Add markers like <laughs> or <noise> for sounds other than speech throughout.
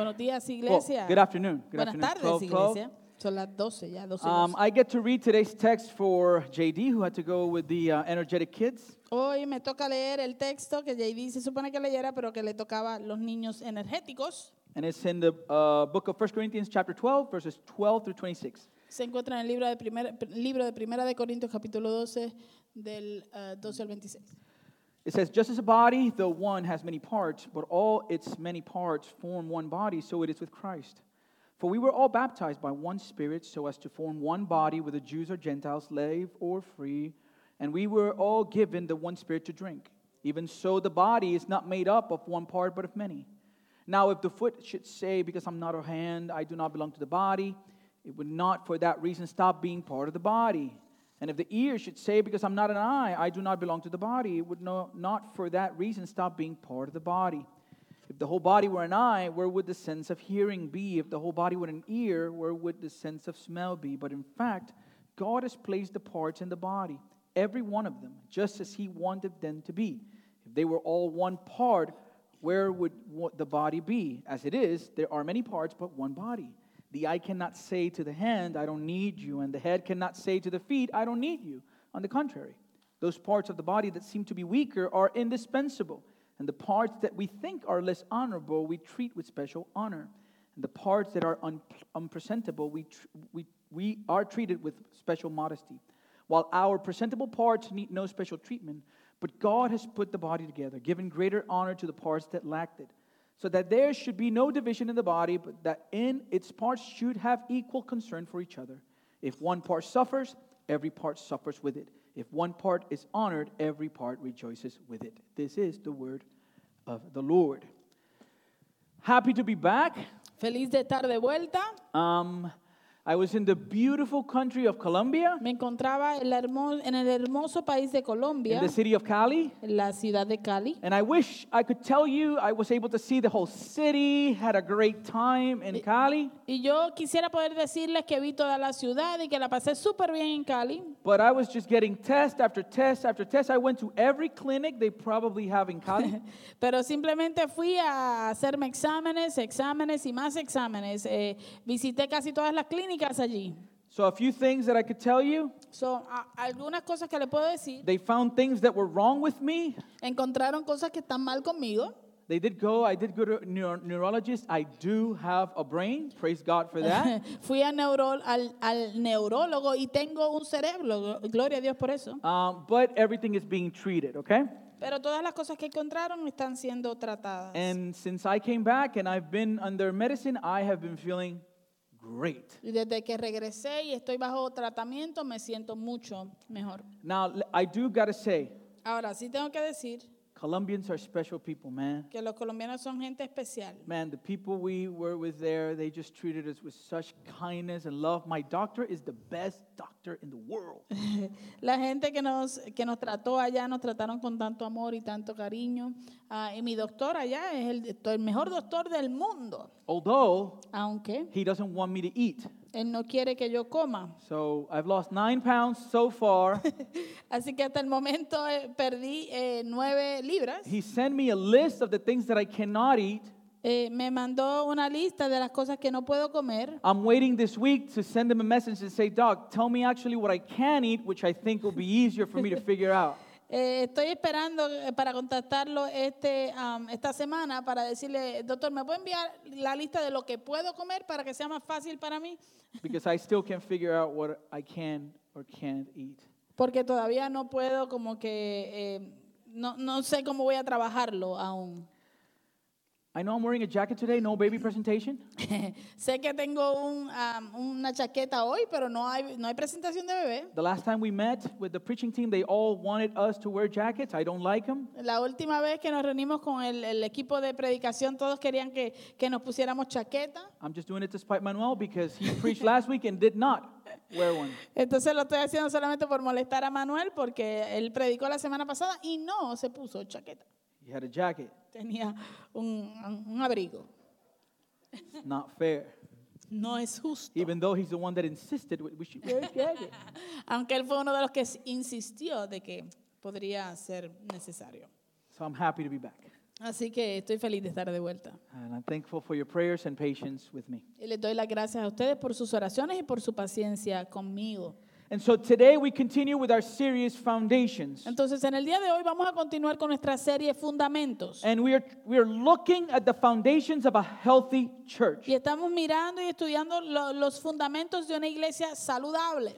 Buenos días, Well, iglesia. Oh, good afternoon. Good Buenas afternoon. tardes, 12, 12. iglesia. Son las 12 ya, 12. Um, I get to read today's text for JD, who had to go with the uh, energetic kids. Hoy me toca leer el texto que JD se supone que leyera, pero que le tocaba los niños energéticos. And it's in the uh, book of 1 Corinthians, chapter 12, verses 12 through 26. Se encuentra en el libro de, primer- libro de Primera de Corintios, capítulo 12, del eh, 12 al 26. It says, Just as a body, though one has many parts, but all its many parts form one body, so it is with Christ. For we were all baptized by one Spirit so as to form one body, whether Jews or Gentiles, slave or free, and we were all given the one Spirit to drink. Even so, the body is not made up of one part, but of many. Now, if the foot should say, Because I'm not a hand, I do not belong to the body, it would not for that reason stop being part of the body. And if the ear should say, Because I'm not an eye, I do not belong to the body, it would no, not for that reason stop being part of the body. If the whole body were an eye, where would the sense of hearing be? If the whole body were an ear, where would the sense of smell be? But in fact, God has placed the parts in the body, every one of them, just as He wanted them to be. If they were all one part, where would wa- the body be? As it is, there are many parts, but one body. The eye cannot say to the hand, I don't need you, and the head cannot say to the feet, I don't need you. On the contrary, those parts of the body that seem to be weaker are indispensable, and the parts that we think are less honorable we treat with special honor, and the parts that are un- unpresentable we, tr- we, we are treated with special modesty. While our presentable parts need no special treatment, but God has put the body together, giving greater honor to the parts that lacked it, so that there should be no division in the body, but that in its parts should have equal concern for each other. If one part suffers, every part suffers with it. If one part is honored, every part rejoices with it. This is the word of the Lord. Happy to be back. Feliz de estar de vuelta. Um, I was in the beautiful country of Colombia, Me encontraba en, la hermo- en el hermoso país de Colombia, in the city of Cali. en la ciudad de Cali. And I wish I could tell you I was able to see the whole city, had a great time in Cali, Y yo quisiera poder decirles que vi toda la ciudad y que la pasé súper bien en Cali, but I was just getting test after test after test. I went to every clinic they probably have <laughs> in Cali. Pero simplemente fui a hacerme exámenes, exámenes y más exámenes. Eh, visité casi todas las clínicas allí. so, a few things that I could tell you Son algunas cosas que le puedo decir. they found things that were wrong with me. Encontraron cosas que están mal conmigo. They did go, I did go to a neuro- neurologist. I do have a brain. Praise God <laughs> for that. Fui al neuro- al, al neurólogo y tengo un cerebro. Gloria a Dios por eso. um, but everything is being treated, okay? Pero todas las cosas que encontraron están siendo tratadas. And since I came back and I've been under medicine, I have been feeling great. y desde que regresé y estoy bajo tratamiento, me siento mucho mejor. Now, l- I do gotta say, Ahora sí tengo que decir Colombians are special people, man. que los colombianos son gente especial. Man, the people we were with there, they just treated us with such kindness and love. My doctor is the best doctor in the world. <laughs> La gente que nos, que nos trató allá nos trataron con tanto amor y tanto cariño. Ah, y mi doctor allá es el, doctor- el mejor doctor del mundo, Although aunque he doesn't want me to eat. él no quiere que yo coma. So I've lost nine pounds so far. Así que hasta el momento eh, perdí eh, nueve libras. he sent me a list of the things that I cannot eat. Eh, me mandó una lista de las cosas que no puedo comer. I'm waiting this week to send him a message and say, Doc, tell me actually what I can eat, which I think will be easier for me to figure out. Eh, estoy esperando eh, para contactarlo este, am, esta semana para decirle, doctor, ¿me puede enviar la lista de lo que puedo comer para que sea más fácil para mí? Because I still can't figure out what I can or can't eat. Porque todavía no puedo como que, eh, no, no sé cómo voy a trabajarlo aún. <laughs> I know I'm wearing a jacket today, no baby presentation. sé que tengo un, am, una chaqueta hoy, pero no hay, no hay presentación de bebé. The last time we met with the preaching team, they all wanted us to wear jackets. I don't like them. La última vez que nos reunimos con el, el equipo de predicación, todos querían que, que nos pusiéramos chaqueta. I'm just doing it to spite Manuel because he preached last week and did not wear one. Entonces lo estoy haciendo solamente por molestar a Manuel, porque él predicó la semana pasada y no se puso chaqueta. He had a jacket. Tenía un, un abrigo. It's not fair. No es justo. Even though he's the one that insisted we we should wear a jacket. Aunque él fue uno de los que insistió de que podría ser necesario. So I'm happy to be back. Así que estoy feliz de estar de vuelta. And I'm thankful for your prayers and patience with me. Y les doy las gracias a ustedes por sus oraciones y por su paciencia conmigo. And so today we continue with our series Foundations. Entonces, en el día de hoy vamos a continuar con nuestra serie Fundamentos. And we are, we are looking at the foundations of a healthy church. Y estamos mirando y estudiando lo- los fundamentos de una iglesia saludable.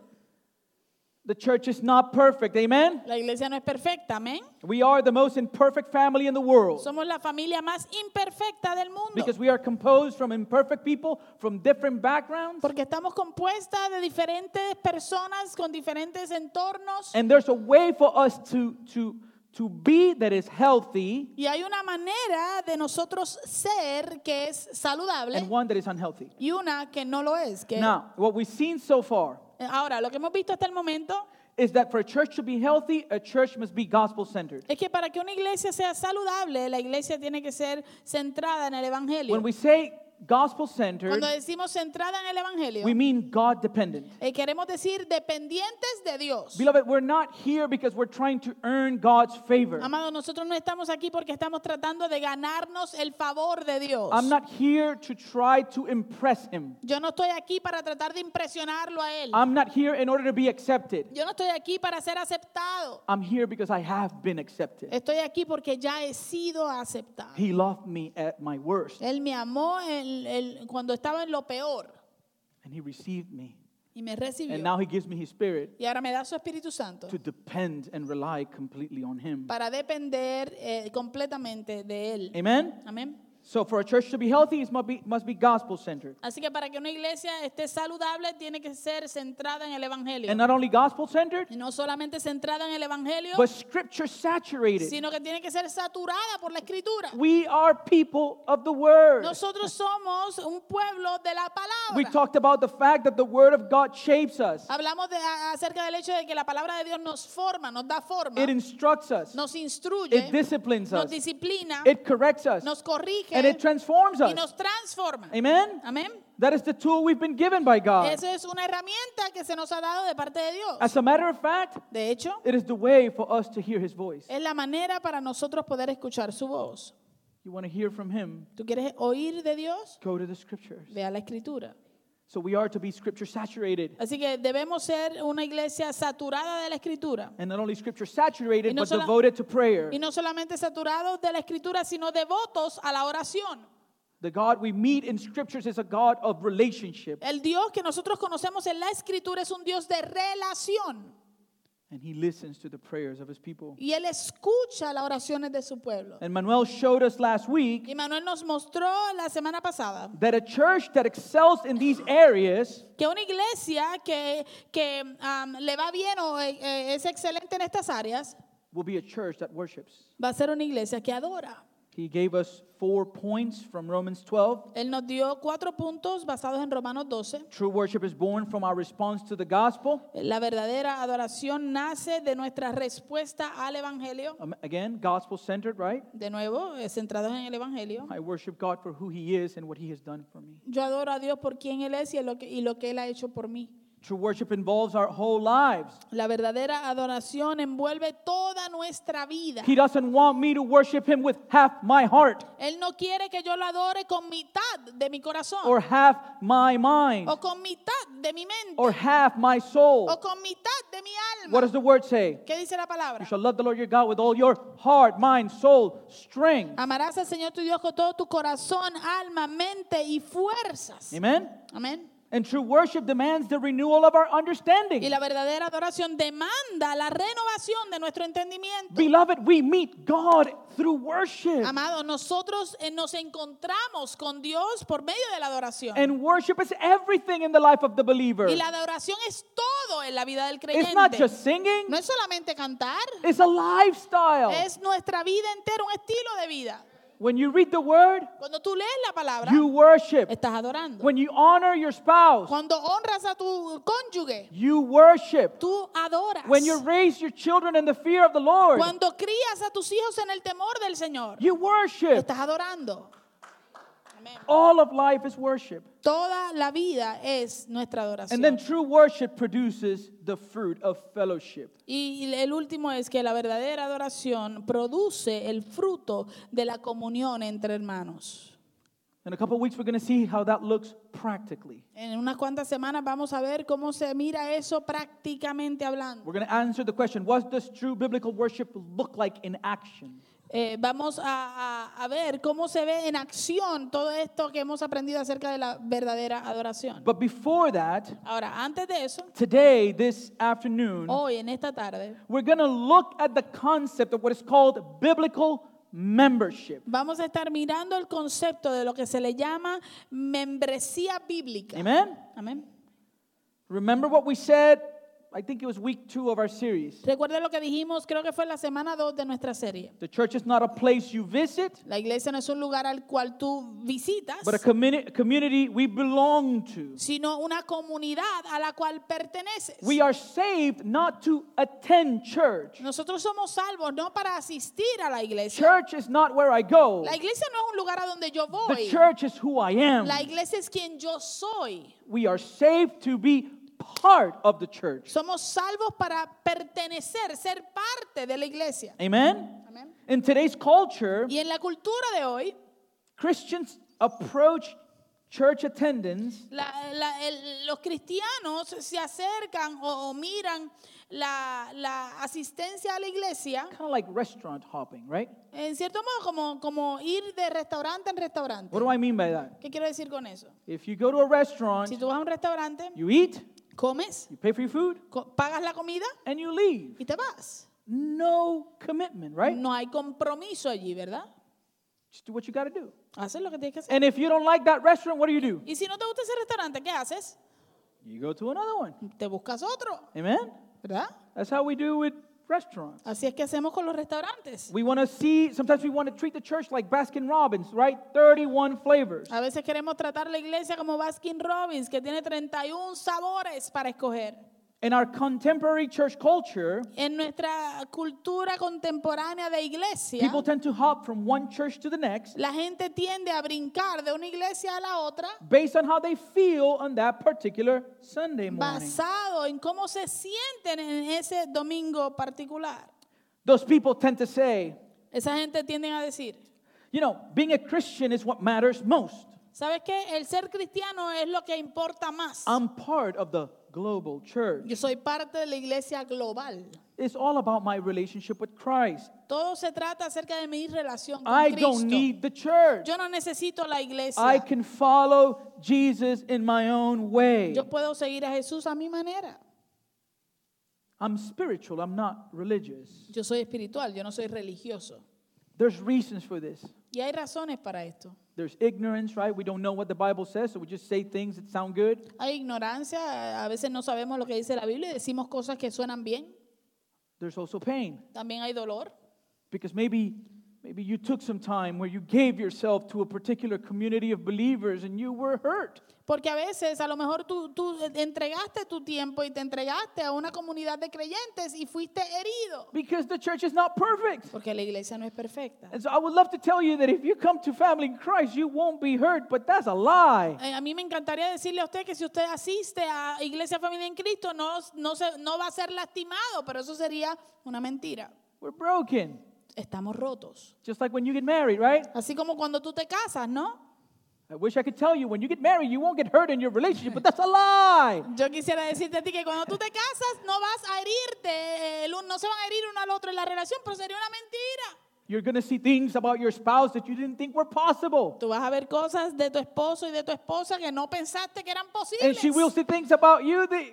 The church is not perfect, amen? La iglesia no es perfecta, amén. We are the most imperfect family in the world Somos la familia más imperfecta del mundo. because we are composed from imperfect people from different backgrounds. Porque estamos compuestas de diferentes personas con diferentes entornos. And there's a way for us to, to, to be that is healthy Y hay una manera de nosotros ser que es saludable and one that is unhealthy. y una que no lo es. Que Now, what we've seen so far Ahora, lo que hemos visto hasta el momento is that for a church to be healthy, a church must be gospel centered. es que para que una iglesia sea saludable, la iglesia tiene que ser centrada en el Evangelio. When we say gospel centered, Cuando decimos centrada en el Evangelio, we mean God dependent. eh, queremos decir dependientes de Dios. Beloved, we're not here because we're trying to earn God's favor. Amado, nosotros no estamos aquí porque estamos tratando de ganarnos el favor de Dios. I'm not here to try to impress Him. Yo no estoy aquí para tratar de impresionarlo a Él. I'm not here in order to be accepted. Yo no estoy aquí para ser aceptado. I'm here because I have been accepted. Estoy aquí porque ya he sido aceptado. He loved me at my worst, Él me amó en- en- cuando estaba en lo peor and He received me. y me And recibió. now He gives me His Spirit Y ahora me da su Espíritu Santo to depend and rely completely on Him. para depender eh, completamente de Él. Amen? Amén. So, for a church to be healthy, it must be, must be gospel centered. Así que para que una iglesia esté saludable tiene que ser centrada en el Evangelio. And not only gospel centered, Y no solamente centrada en el Evangelio, but scripture saturated. sino que tiene que ser saturada por la Escritura. We are people of the word. Nosotros somos un pueblo de la We palabra. talked about the fact that the word of God shapes us, Hablamos de- a- acerca del hecho de que la palabra de Dios nos forma, nos da forma, it instructs us, nos instruye, it disciplines nos us, disciplina, it corrects us, nos corrige and it transforms y us. nos transforma. Amen? Amén. That is the tool we've been given by God. Esa es una herramienta que se nos ha dado de parte de Dios. As a matter of fact, De hecho, it is the way for us to hear his voice. es la manera para nosotros poder escuchar su voz. You want to hear from him, ¿Tú quieres oír de Dios? go to the scriptures. Ve a la escritura. So we are to be scripture saturated. Así que debemos ser una iglesia saturada de la escritura. And not only scripture Y saturated, no but sola- devoted to prayer. Y no solamente saturados de la escritura, sino devotos a la oración. The God we meet in scriptures is a God of relationship, El Dios que nosotros conocemos en la escritura es un Dios de relación. and he listens to the prayers of his people. Y Él escucha las oraciones de su pueblo. And Manuel showed us last week Y Manuel nos mostró la semana pasada that a church that excels in these areas que una iglesia que, que, am, le va bien o eh, eh, es excelente en estas áreas will be a church that worships. va a ser una iglesia que adora. He gave us four points from Romans 12. Él nos dio cuatro puntos basados en Romanos 12. True worship is born from our response to the gospel. La verdadera adoración nace de nuestra respuesta al Evangelio. Um, Again, gospel centered, right? De nuevo, eh, centrados en el Evangelio. I worship God for who he is and what he has done for me. Yo adoro a Dios por quien Él es y lo que, y lo que Él ha hecho por mí. True worship involves our whole lives. La verdadera adoración envuelve toda nuestra vida. He doesn't want me to worship him with half my heart Él no quiere que yo lo adore con mitad de mi corazón or half my mind. o con mitad de mi mente or half my soul. o con mitad de mi What alma. does the word say? ¿Qué dice la You palabra? shall love the Lord your God with all your heart, mind, soul, strength. Amarás al Señor tu Dios con todo tu corazón, alma, mente y fuerzas. Amen? Amén. And true worship demands the renewal of our Y understanding. la verdadera adoración demanda la renovación de nuestro entendimiento. Beloved, we meet God through worship. Amado, nosotros eh, nos encontramos con Dios por medio de la adoración. And worship is everything in the life of the believer. Y la adoración es todo en la vida del It's not creyente. just singing, No es solamente cantar, it's a lifestyle. es nuestra vida entera, un estilo de vida. When you read the word, Cuando tú lees la palabra, you worship. estás adorando. When you honor your spouse, Cuando honras a tu cónyuge, you worship. tú adoras. When you raise your children in the fear of the Lord, Cuando crías a tus hijos en el temor del Señor, you worship. estás adorando. All of life is worship. Toda la vida es nuestra adoración. And then true worship produces the fruit of fellowship. y el último es que la verdadera adoración produce el fruto de la comunión entre hermanos. In a couple of weeks, we're going to see how that looks practically. En unas cuantas semanas vamos a ver cómo se mira eso prácticamente hablando. We're going to answer the question what does true biblical worship look like in action? Eh, vamos a, a- a ver cómo se ve en acción todo esto que hemos aprendido acerca de la verdadera adoración. But before that, Ahora, antes de eso, today, this afternoon, hoy en esta tarde, we're going to look at the concept of what is called biblical membership. Vamos a estar mirando el concepto de lo que se le llama membresía bíblica. Amen? Amén. Remember what we said? I think it was week two of our series. Recuerda lo que dijimos, creo que fue la semana 2 de nuestra serie. The church is not a place you visit, La iglesia no es un lugar al cual tú visitas, but a communi- community we belong to. sino una comunidad a la cual perteneces. We are saved not to attend church. Nosotros somos salvos no para asistir a la iglesia. Church is not where I go. La iglesia no es un lugar a donde yo The voy. church is who I am. La iglesia es quien yo soy. We are saved to be part of the church. Somos salvos para pertenecer, ser parte de la iglesia. Amen? Amén. In today's culture, Y en la cultura de hoy, Christians approach church attendance La- la- el- los cristianos se acercan o, o miran la, la asistencia a la iglesia, kind of like restaurant hopping, right? en cierto modo, como, como ir de restaurante en restaurante. What do I mean by that? ¿Qué quiero decir con eso? If you go to a restaurant, Si tú vas a un restaurante, you eat, comes, you pay for your food, co- pagas la comida and you leave. y te vas. No commitment, right? No hay compromiso allí, ¿verdad? Just do what you got to do. Haces lo que tienes que hacer. And if you don't like that restaurant, what do you do? Y si no te gusta ese restaurante, ¿qué haces? You go to another one. Te buscas otro, Amen? ¿verdad? That's how we do with restaurants. Así es que hacemos con los restaurantes. We want to see, sometimes we want to treat the church like Baskin Robbins, right? 31 flavors. A veces queremos tratar la iglesia como Baskin Robbins, que tiene 31 sabores para escoger. In our contemporary church culture, En nuestra cultura contemporánea de iglesia, people tend to hop from one church to the next la gente tiende a brincar de una iglesia a la otra based on how they feel on that particular Sunday morning. basado en cómo se sienten en ese domingo particular. Those people tend to say, Esa gente tiende a decir, you know, being a Christian is what matters most. ¿sabes qué? El ser cristiano es lo que importa más. I'm part of the global church. Yo soy parte de la iglesia global. It's all about my relationship with Christ. Todo se trata acerca de mi relación con I Cristo. don't need the church. Yo no necesito la iglesia. I can follow Jesus in my own way. Yo puedo seguir a Jesús a mi manera. I'm spiritual, I'm not religious. Yo soy espiritual, yo no soy religioso. There's reasons for this. Y hay razones para esto. There's ignorance, right? We don't know what the Bible says, so we just say things that sound good. Hay ignorancia, a veces no sabemos lo que dice la Biblia y decimos cosas que suenan bien. There's also pain También hay dolor, because maybe maybe you took some time where you gave yourself to a particular community of believers and you were hurt. porque a veces a lo mejor tú, tú entregaste tu tiempo y te entregaste a una comunidad de creyentes y fuiste herido, Because the church is not perfect. porque la iglesia no es perfecta. And so I would love to tell you that if you come to family in Christ, you won't be hurt, but that's a lie. Eh, A mí me encantaría decirle a usted que si usted asiste a Iglesia Familia en Cristo no, no, se- no va a ser lastimado, pero eso sería una mentira. We're broken. Estamos rotos. Just like when you get married, right? Así como cuando tú te casas, ¿no? I wish I could tell you when you get married, you won't get hurt in your relationship, but that's a lie. Yo quisiera decirte a ti que cuando tú te casas no vas a herirte, eh, el un- no se van a herir uno al otro en la relación, pero sería una mentira. You're going to see things about your spouse that you didn't think were possible. Tú vas a ver cosas de tu esposo y de tu esposa que no pensaste que eran And posibles. she will see things about you that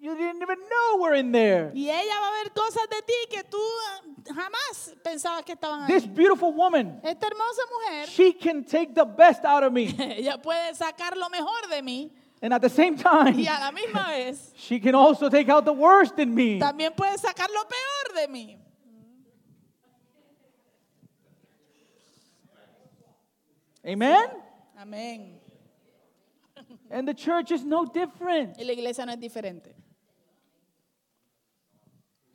you didn't even know were in there. Y ella va a ver cosas de ti que tú ah, jamás pensabas que estaban This ahí. beautiful woman, Esta hermosa mujer, she can take the best out of me. ella puede sacar lo mejor de mí And at the same y time, a la misma vez she can also take out the worst in me. también puede sacar lo peor de mí. Amen? Amén. And the church is no different. Y la iglesia no es diferente.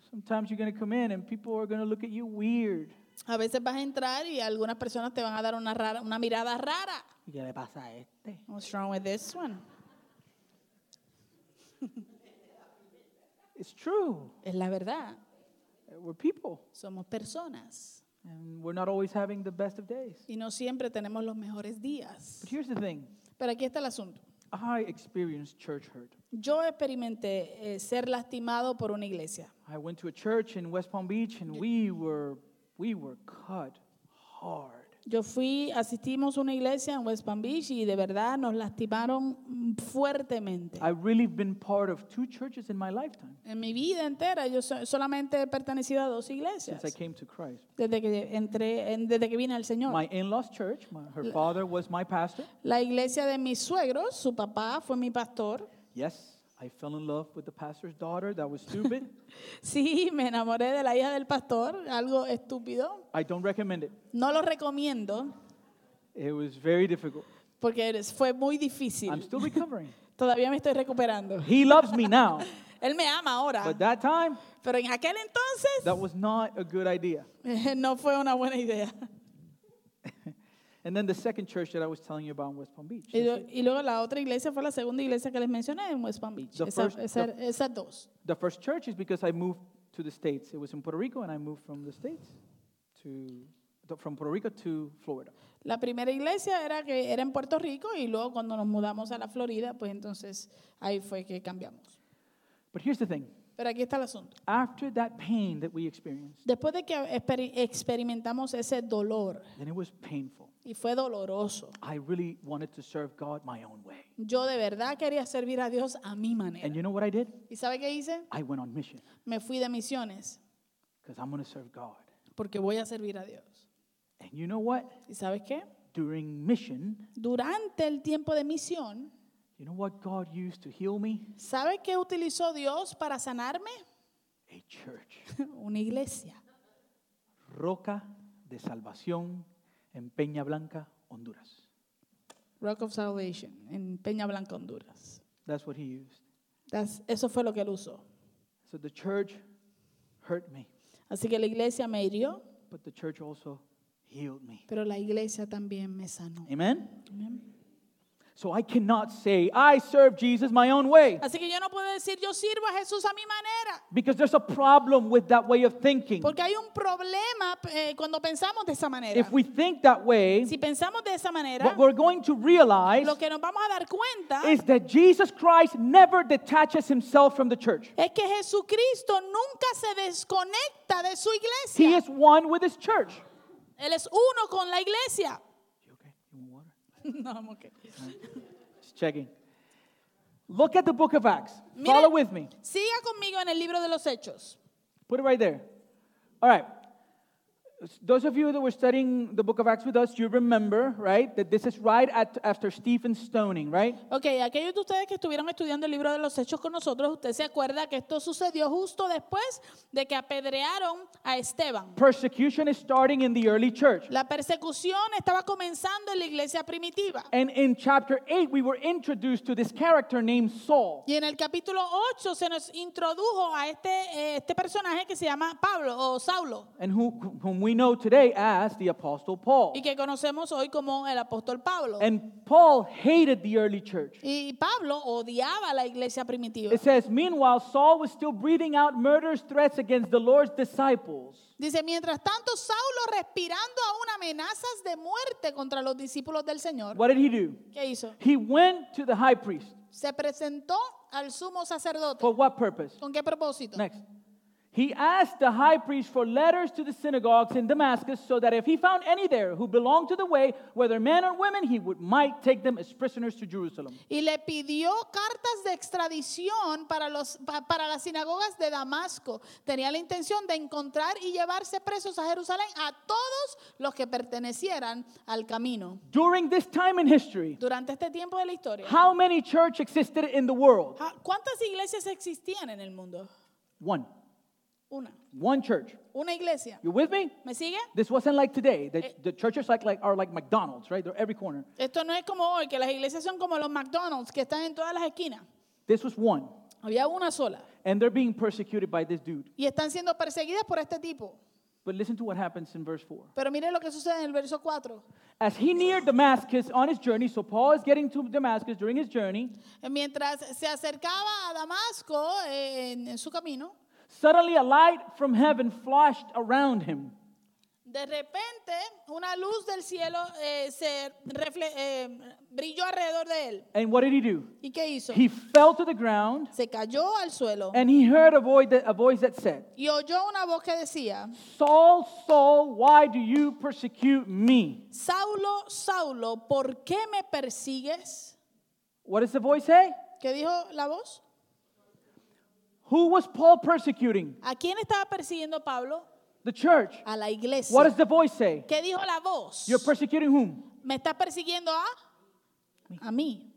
Sometimes you're going to come in and people are going to look at you weird. A veces vas a entrar y algunas personas te van a dar una, rara- una mirada rara. ¿Y qué le pasa a este? What's wrong with this one? It's true. Es la verdad. We're people, Somos personas and we're not always having the best of days. y no siempre tenemos los mejores días. But here's the thing Pero aquí está el asunto. I experienced church hurt. Yo experimenté eh, ser lastimado por una iglesia. I went to a church in West Palm Beach, and we were, we were cut hard. Yo fui, asistimos a una iglesia en West Palm Beach y de verdad nos lastimaron mm, fuertemente. I've really been part of two churches in my lifetime En mi vida entera yo so- solamente he pertenecido a dos iglesias since I came to Christ. desde que entré, en- desde que vine al Señor. My in laws church, my, her father was my pastor. la iglesia de mis suegros, su papá fue mi pastor. <laughs> Yes, I fell in love with the pastor's daughter. That was stupid. Sí, me enamoré de la hija del pastor, algo estúpido. I don't recommend it. No lo recomiendo It was very difficult. porque es- fue muy I'm difícil. still recovering. Todavía me estoy recuperando. He loves me now, Él me ama ahora, but that time, pero en aquel entonces <laughs> that was not a good idea. no fue una buena idea. And then the second church that I was telling you about in West Palm Beach. Y, lu- y luego la otra iglesia fue la segunda iglesia que les mencioné en West Palm Beach. The Esa- first- esa- esas dos. The first church is because I moved to the States. It was in Puerto Rico, and I moved from the States to from Puerto Rico to Florida. La primera iglesia era que era en Puerto Rico y luego cuando nos mudamos a la Florida, pues entonces ahí fue que cambiamos. But here's the thing: Pero aquí está el asunto. after that pain that we experienced, Después de que experi- experimentamos ese dolor then it was painful. y fue doloroso, I really wanted to serve God my own way. yo de verdad quería servir a Dios a mi And manera. you know what I did? ¿Y sabe qué hice? I went on mission Me fui de misiones because I'm going to serve God. porque voy a servir a Dios. And you know what? ¿Y sabes qué? During mission, Durante el tiempo de misión, you know what God used to heal me? ¿sabe qué utilizó Dios para sanarme? <laughs> A church. Una iglesia. Roca de Salvación en Peña Blanca, Honduras. Rock of Salvation en Peña Blanca, Honduras. That's what he used. Das- eso fue lo que él usó. So the church hurt me, Así que la iglesia me hirió, but the church also healed me. pero la iglesia también me sanó. Amen? Amén. So I cannot say, I serve Jesus my own way, Así que yo no puedo decir yo sirvo a Jesús a mi manera, because there's a problem with that way of thinking. porque hay un problema eh, cuando pensamos de esa manera. If we think that way, Si pensamos de esa manera, what we're going to realize lo que nos vamos a dar cuenta is that Jesus Christ never detaches himself from the church. es que Jesucristo nunca se desconecta de su He iglesia. is one with his church. Él es uno con la iglesia. <laughs> You okay? You want water? No, I'm okay. Just checking. Look at the book of Acts. Mira- Follow with me. Siga conmigo en el libro de los Hechos. Put it right there. All right. Those of you that were studying the book of Acts with us, you remember, right, that this is right at, after Stephen's stoning, right? Ok, aquellos de ustedes que estuvieron estudiando el libro de los Hechos con nosotros, usted se acuerda que esto sucedió justo después de que apedrearon a Esteban. Persecution is starting in the early church. La persecución estaba comenzando en la iglesia primitiva. And in chapter 8, we were introduced to this character named Saul. Y en el capítulo 8 se nos introdujo a este, eh, este personaje que se llama Pablo o Saulo and who, whom we know today as the Apostle Paul. y que conocemos hoy como el apóstol Pablo. And Paul hated the early church. Y Pablo odiaba la iglesia primitiva. It says, Meanwhile, Saul was still breathing out murderous threats against the Lord's disciples. Dice, mientras tanto Saulo respirando aún amenazas de muerte contra los discípulos del Señor. What did he do? ¿Qué hizo? He went to the high priest. Se presentó al sumo sacerdote. For what purpose? ¿Con qué propósito? Next. He asked the high priest for letters to the synagogues in Damascus so that if he found any there who belonged to the way, whether men or women, he would might take them as prisoners to Jerusalem. Y le pidió cartas de extradición para, los, pa- para las sinagogas de Damasco. Tenía la intención de encontrar y llevarse presos a Jerusalén a todos los que pertenecieran al camino. During this time in history, Durante este tiempo de la historia, how many church existed in the world? ja- ¿cuántas iglesias existían en el mundo? One. Una. One church. Una iglesia. You with me? ¿Me sigue? This wasn't like today. The, the churches like, like, are like McDonald's, right? They're every corner. Esto no es como hoy, que las iglesias son como los McDonald's que están en todas las esquinas. This was one. Había una sola. And they're being persecuted by this dude. Y están siendo perseguidas por este tipo. But listen to what happens in verse 4. Pero miren lo que sucede en el verso 4. As he neared Damascus on his journey, so Paul is getting to Damascus during his journey, Mientras se acercaba a Damasco eh, en, en su camino, suddenly a light from heaven flashed around him. de repente una luz del cielo eh, se refle- eh, brilló alrededor de él. And what did he do? ¿Y qué hizo? He fell to the ground se cayó al suelo and he heard a voice that, a voice that said, y oyó una voz que decía, Saul, Saul, why do you persecute me? Saulo, Saulo, ¿por qué me persigues? What does the voice say? ¿Qué dijo la voz? Who was Paul persecuting? ¿A quién estaba persiguiendo Pablo? The church. A la iglesia. What does the voice say? ¿Qué dijo la voz? You're persecuting whom? ¿Me estás persiguiendo a? A mí.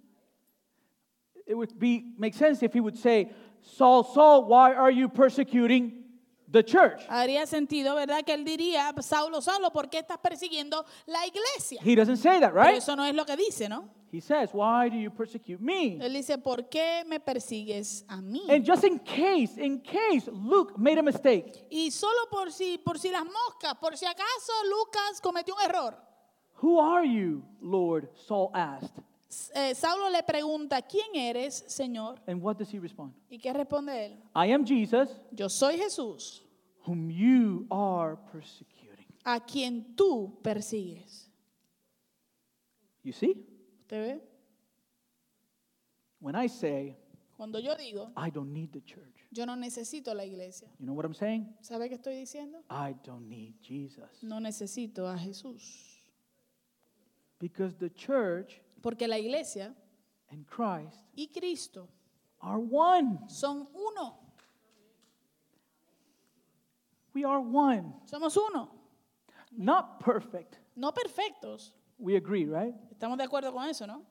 It would be make sense if he would say, Saul, Saul, why are you persecuting the church? Haría sentido, ¿verdad? Que él diría, Saulo, Saulo, ¿por qué estás persiguiendo la iglesia? He doesn't say that, Pero right? eso no es lo que dice, ¿no? He says, Why do you persecute me? Él dice, ¿por qué me persigues a mí? And just in case, in case Luke made a mistake, Y solo por si, por si las moscas, por si acaso Lucas cometió un error. who are you, Lord? Saul asked. S- eh, Saulo le pregunta, ¿quién eres, Señor? And what does he respond? ¿Y qué responde él? I am Jesus, Yo soy Jesús, whom you are persecuting. a quien tú persigues. You see? ¿Usted ve? When I say, Cuando yo digo, I don't need the church, yo no necesito la iglesia. you know what I'm saying? ¿Sabe qué estoy diciendo? I don't need Jesus. No necesito a Jesús. Because the church Porque la iglesia and Christ y Cristo are one. son uno. We are one. Somos uno. Not perfect. No perfectos. We agree, right? Estamos de acuerdo con eso, ¿no?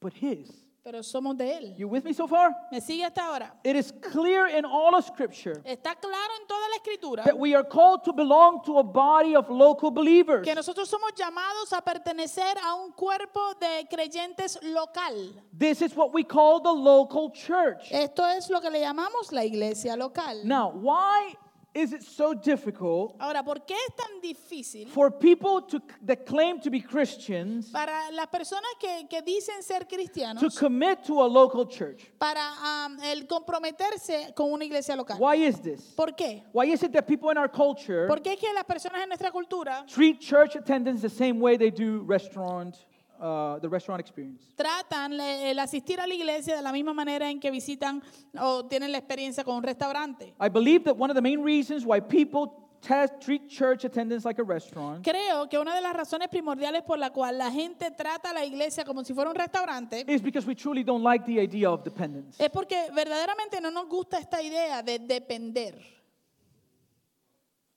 But His. Pero somos de Él. You with me so far? ¿Me sigue hasta ahora? It is clear in all of Scripture Está claro en toda la escritura that we are called to belong to a body of local believers. que nosotros somos llamados a pertenecer a un cuerpo de creyentes local. This is what we call the local church. Esto es lo que le llamamos la iglesia local. Now, why is it so difficult Ahora, ¿por qué es tan difícil for people to, that claim to be Christians para las personas que, que dicen ser to cristianos commit to a local church? para am, el comprometerse con una iglesia local? Why is this? ¿Por qué? Why is it that people in our culture Porque es que las personas en nuestra cultura treat church attendance the same way they do restaurant, uh, the restaurant experience. tratan le- el asistir a la iglesia de la misma manera en que visitan o tienen la experiencia con un restaurante. I believe that one of the main reasons why people test, treat church attendance like a restaurant Creo que una de las razones primordiales por la cual la gente trata a la iglesia como si fuera un restaurante is because we truly don't like the idea of dependence. es porque verdaderamente no nos gusta esta idea de depender.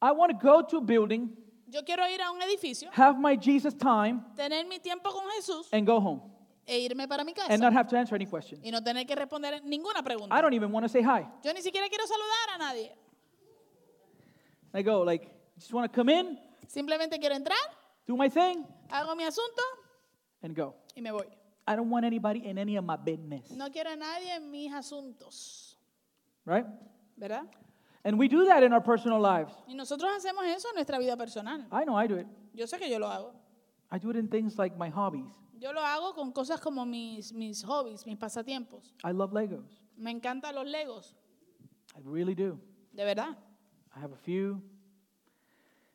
I want to go to a building, Yo quiero ir a un edificio, have my Jesus time, tener mi tiempo con Jesús and go home, e irme para mi casa and not have to answer any questions. y no tener que responder ninguna I pregunta. don't even want to say hi. Yo ni siquiera quiero saludar a nadie. I go like, just want to come in, Simplemente quiero entrar, do my thing, hago mi asunto and go. y me voy. I don't want anybody in any of my business, No quiero a nadie en mis asuntos, right? ¿verdad? And we do that in our personal lives. Y nosotros hacemos eso en nuestra vida personal. I know I do it. Yo sé que yo lo hago. I do it in things like my hobbies. Yo lo hago con cosas como mis, mis hobbies, mis pasatiempos. I love Legos. Me encantan los legos, I really do. de verdad. I have a few.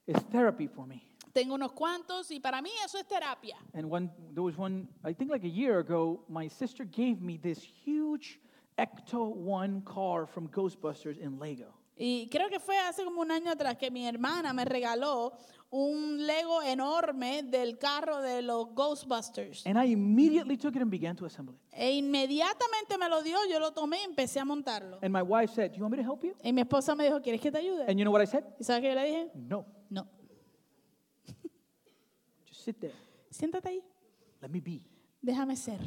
It's therapy for me. Tengo unos cuantos y para mí eso es terapia. And one, there was one, I think like a year ago, my sister gave me this huge Ecto 1 car from Ghostbusters in Lego. Y creo que fue hace como un año atrás que mi hermana me regaló un lego enorme del carro de los Ghostbusters. And I immediately took it and began to assemble it. E inmediatamente me lo dio, yo lo tomé y empecé a montarlo. And my wife said, Do you want me to help you? Y mi esposa me dijo, ¿quieres que te ayude? And you know what I said? ¿Y sabes qué yo le dije? No. No, Just sit there. siéntate ahí, Let me be. déjame ser.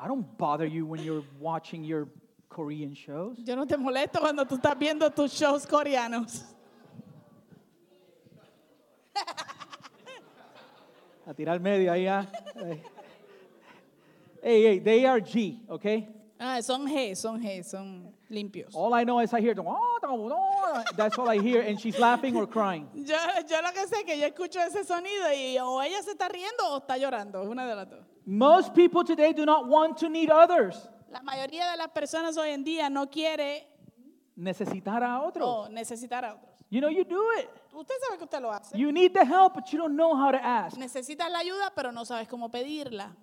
I don't bother you when you're watching your Korean shows. Yo no te molesto cuando tú estás viendo tus shows coreanos. A tirar medio ahí, ah. Hey, hey, they are G, okay? Ah, son G, son G, son limpios. All I know is I hear the "Ah, da, da," that's all I hear, and she's laughing or crying. Yo, yo lo que sé es que yo escucho ese sonido y o ella se está riendo o está llorando, una de las dos. Most people today do not want to need others. La mayoría de las personas hoy en día no quiere Necesitar a otros. o necesitar a otros. You know, you do it. Usted sabe que usted lo hace. You need the help, but you don't know how to ask. Necesitas la ayuda, pero no sabes cómo pedirla.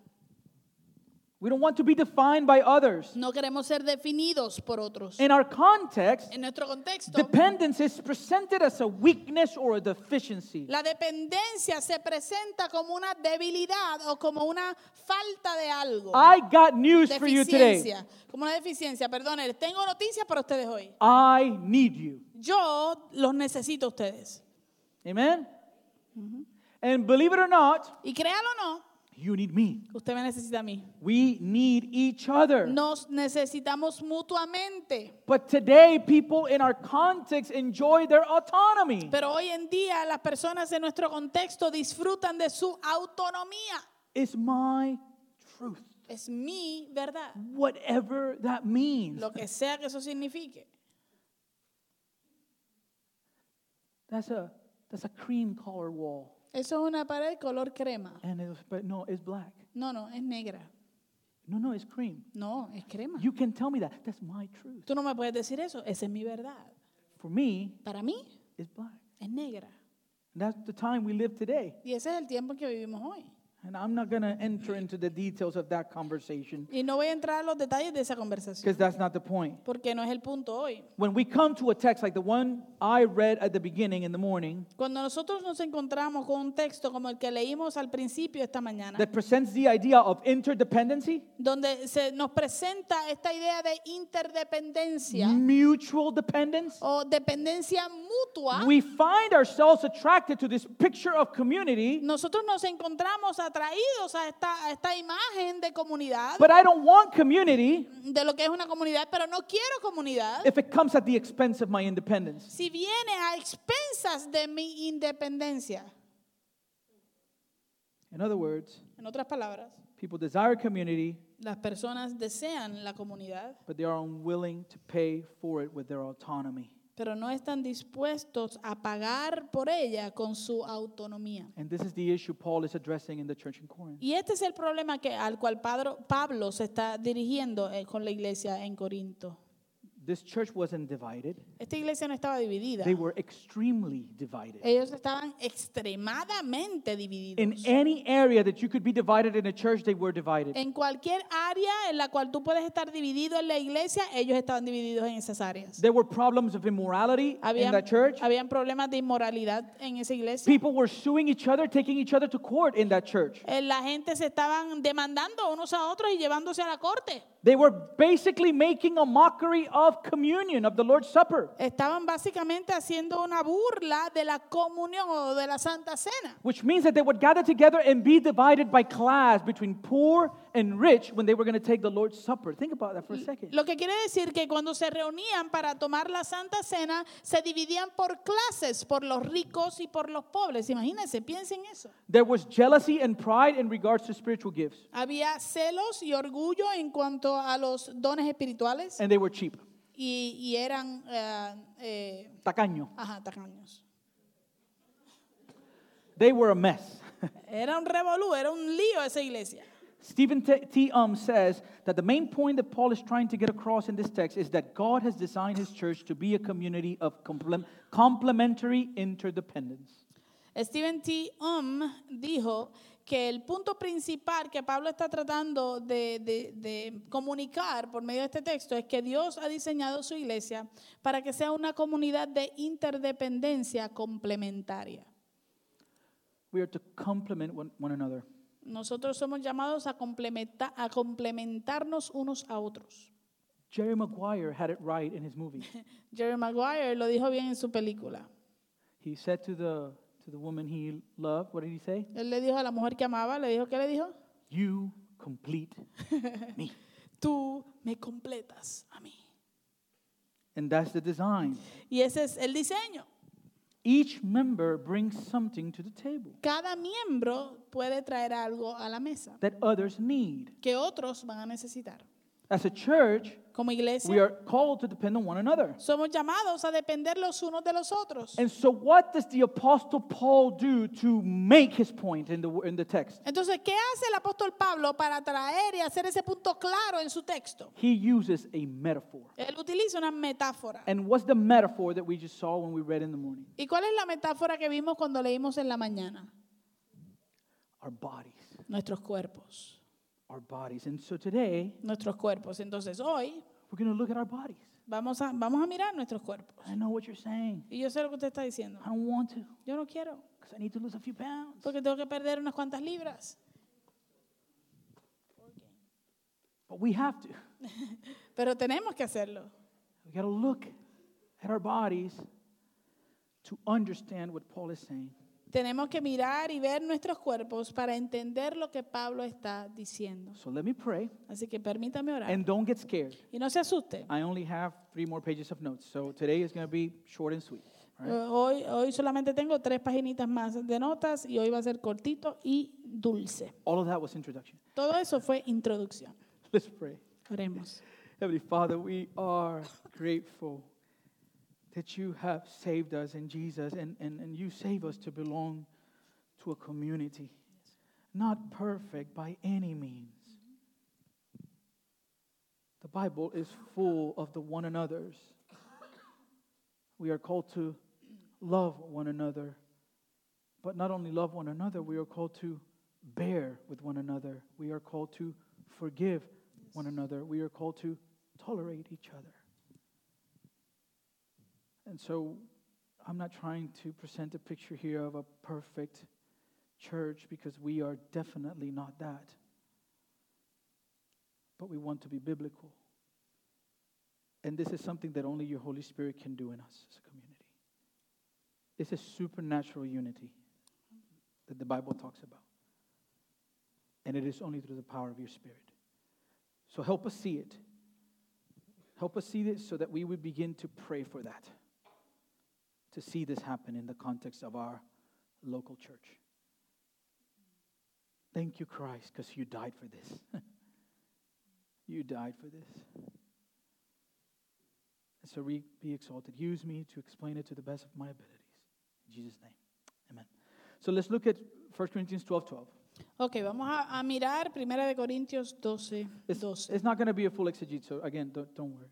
We don't want to be defined by others. No queremos ser definidos por otros. In our context, En nuestro contexto, dependence is presented as a weakness or a deficiency. la dependencia se presenta como una debilidad o como una falta de algo. I got news for you today. Oh. Deficiencia. Como una deficiencia, perdónenme. Tengo noticias para ustedes hoy. I need you. Yo los necesito a ustedes. Amen? And believe it or not, Y créalo o no, you need me. usted me necesita a mí. We need each other. Nos necesitamos mutuamente. But today, people in our context enjoy their autonomy. Pero hoy en día las personas en nuestro contexto disfrutan de su autonomía. It's my truth, Es mi verdad, whatever that means. lo que sea que eso signifique. That's a that's a cream color wall, Eso es una pared color crema. and it was, but no, it's black. No, no, es negra. No, no, it's cream. No, es crema. You can tell me that. That's my truth. Tú no me puedes decir eso. Esa es mi verdad. For me, Para mí it's black. es negra. And that's the time we live today. Y ese es el tiempo en que vivimos hoy. And I'm not gonna enter into the details of that conversation Y no voy a entrar a los detalles de esa conversación because that's not the point. porque no es el punto hoy. When we come to a text like the one I read at the beginning in the morning Cuando nosotros nos encontramos con un texto como el que leímos al principio esta mañana, that presents the idea of interdependency, donde se nos presenta esta idea de interdependencia Mm. mutual dependence, o dependencia mutua, we find ourselves attracted to this picture of community, nosotros nos encontramos atraídos a esta, a esta imagen de comunidad, but I don't want community de lo que es una comunidad, pero no quiero comunidad if it comes at the expense of my independence. si viene a expensas de mi independencia. In other words, En otras palabras, people desire community, las personas desean la comunidad, but they are unwilling to pay for it with their autonomy. pero no están dispuestos a pagar por ella con su autonomía. And this is the issue Paul is addressing in the church in Corinth. Y este es el problema que, al cual Padro- Pablo se está dirigiendo eh, con la iglesia en Corinto. This church wasn't divided, Esta iglesia no estaba dividida. they were extremely divided. Ellos estaban extremadamente In divididos. any area that you could be divided in a church, they were divided. En cualquier área en la cual tú puedes estar dividido en la iglesia, ellos estaban divididos en esas áreas. There were problems of immorality in Habían, that church. habían problemas de inmoralidad en esa iglesia. People were suing each other, taking each other to court in that church. Eh, La gente se estaban demandando unos a otros y llevándose a la corte. They were basically making a mockery of communion, of the Lord's Supper, Estaban básicamente haciendo una burla de la comunión o de la Santa Cena. which means that they would gather together and be divided by class between poor and rich when they were going to take the Lord's Supper. Think about that for a second. Lo que quiere decir que cuando se reunían para tomar la Santa Cena, se dividían por clases, por los ricos y por los pobres. Imagínense, piensen eso. There was jealousy and pride in regards to spiritual gifts, Había celos y orgullo en cuanto a los dones espirituales and they were cheap. y, y eran eh, eh, Tacaño. ajá, tacaños. They were a mess. <laughs> Era un revolú, era un lío esa iglesia. Stephen T. T. Um says that the main point that Paul is trying to get across in this text is that God has designed his church to be a community of complem- complementary interdependence. Stephen T. Um dijo que el punto principal que Pablo está tratando de, de- de comunicar por medio de este texto es que Dios ha diseñado su iglesia para que sea una comunidad de interdependencia complementaria. We are to complement one, one another. Nosotros somos llamados a, complementa- a complementarnos unos a otros. Jerry Maguire had it right in his movie. Jerry Maguire lo dijo bien en su película. he said to the, to the woman he loved, what did he say? Él le dijo a la mujer que amaba, le dijo, ¿qué le dijo? You complete me. Tú me completas a mí. And that's the design. Y ese es el diseño. Each member brings something to the table Cada miembro puede traer algo a la mesa that others need. que otros van a necesitar. As a church, Como we iglesia, are called to depend on one another. somos llamados a depender los unos de los otros. And so, what does the Apostle Paul do to make his point in the, in the text? Entonces, ¿qué hace el apóstol Pablo para traer y hacer ese punto claro en su texto? He uses a metaphor. Él utiliza una metáfora. And what's the metaphor that we just saw when we read in the morning? ¿Y cuál es la metáfora que vimos cuando leímos en la mañana? Our bodies. Nuestros cuerpos. Our bodies. And so, today, Nuestros cuerpos. Entonces, hoy we're going to look at our bodies. vamos a, vamos a mirar nuestros cuerpos. I know what you're saying. Y yo sé lo que usted está diciendo. I don't want to Yo no quiero, because I need to lose a few pounds. porque tengo que perder unas cuantas libras. But we have to. Pero tenemos que hacerlo. We got to look at our bodies to understand what Paul is saying. Tenemos que mirar y ver nuestros cuerpos para entender lo que Pablo está diciendo. So let me pray Así que permítame orar. and don't get scared. Y no se asuste. I only have three more pages of notes, so today is going to be short and sweet. all Eh, right? Hoy, hoy solamente tengo tres paginitas más de notas y hoy va a ser cortito y dulce. All of that was introduction. <laughs> Todo eso fue introducción. Let's pray. Oremos. Heavenly Father, we are grateful that you have saved us in Jesus and, and, and you save us to belong to a community. Not perfect by any means. The Bible is full of the one another's. We are called to love one another. But not only love one another, we are called to bear with one another. We are called to forgive one another. We are called to tolerate each other. And so I'm not trying to present a picture here of a perfect church because we are definitely not that. But we want to be biblical. And this is something that only your Holy Spirit can do in us as a community. It's a supernatural unity that the Bible talks about. And it is only through the power of your Spirit. So help us see it. Help us see this so that we would begin to pray for that, to see this happen in the context of our local church. Thank you, Christ, because you died for this. <laughs> you died for this. And so re- be exalted. Use me to explain it to the best of my abilities. In Jesus' name, amen. So let's look at 1 Corinthians 12 12. Ok, vamos a, a mirar 1 Corintios 12. It's, 12. it's not going to be a full exegete, so again, don't, don't worry.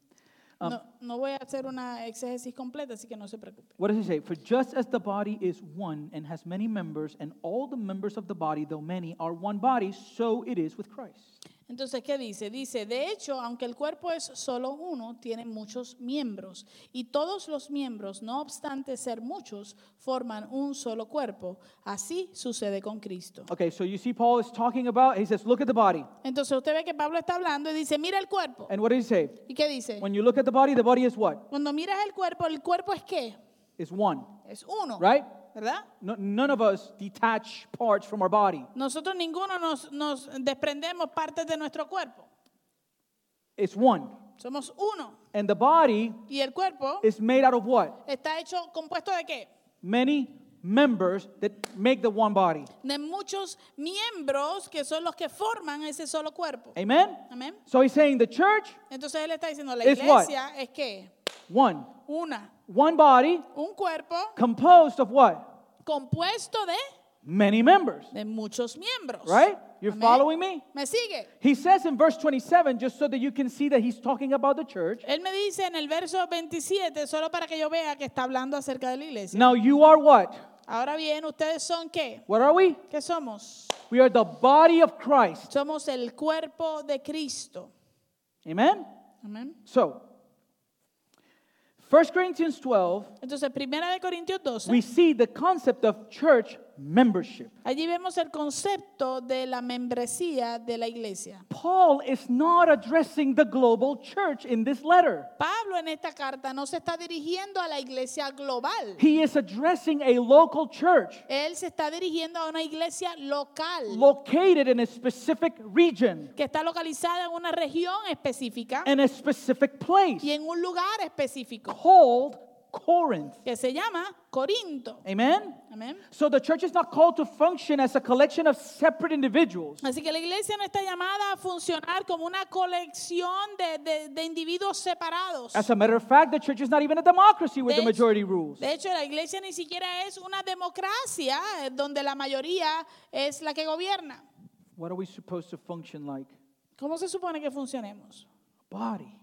um, no, no voy a hacer una exégesis completa, así que no se preocupe. What does he say? For just as the body is one and has many members, and all the members of the body, though many, are one body, so it is with Christ. Entonces, ¿qué dice? Dice, de hecho, aunque el cuerpo es solo uno, tiene muchos miembros. Y todos los miembros, no obstante ser muchos, forman un solo cuerpo. Así sucede con Cristo. Okay, so you see, Paul is talking about, he says, look at the body. Entonces usted ve que Pablo está hablando y dice, mira el cuerpo. And what does he say? ¿Y qué dice? When you look at the body, the body is what? Cuando miras el cuerpo, ¿el cuerpo es qué? It's one, Es uno, right? ¿verdad? No, none of us detach parts from our body. Nosotros ninguno nos, nos desprendemos partes de nuestro cuerpo. It's one. Somos uno. And the body Y el cuerpo is made out of what? está hecho, compuesto de qué? Many members that make the one body. de muchos miembros que son los que forman ese solo cuerpo. Amen? Amén. So he's saying the church, Entonces él está diciendo, la It's what? iglesia es que one. una, One body un cuerpo composed of what? compuesto de, Many members. de muchos miembros. Right? You're Amén. following me? ¿Me sigue? He says in verse 27, just so that you can see that he's talking about the church. Él me dice en el verso 27, solo para que yo vea que está hablando acerca de la iglesia. Now you are what? Ahora bien, ¿ustedes son qué? What are we? ¿Qué somos? We are the body of Christ. Somos el cuerpo de Cristo. Amen? Amén. So, 1 Corinthians 12, Entonces, primera de Corintios 12. we see the concept of church membership. Allí vemos el concepto de la membresía de la iglesia. Paul is not addressing the global church in this letter. Pablo en esta carta no se está dirigiendo a la iglesia global. He is addressing a local church Él se está dirigiendo a una iglesia local located in a specific region, que está localizada en una región específica in a specific place. y en un lugar específico called Corinth. que se llama Corinto. Amen? Amén. So the church is not called to function as a collection of separate individuals, Así que la iglesia no está llamada a funcionar como una colección de, de- de individuos separados. As a matter of fact, the church is not even a democracy where De the hecho- majority rules. De hecho, la iglesia ni siquiera es una democracia eh, donde la mayoría es la que gobierna. What are we supposed to function like? ¿Cómo se supone que funcionemos? A body.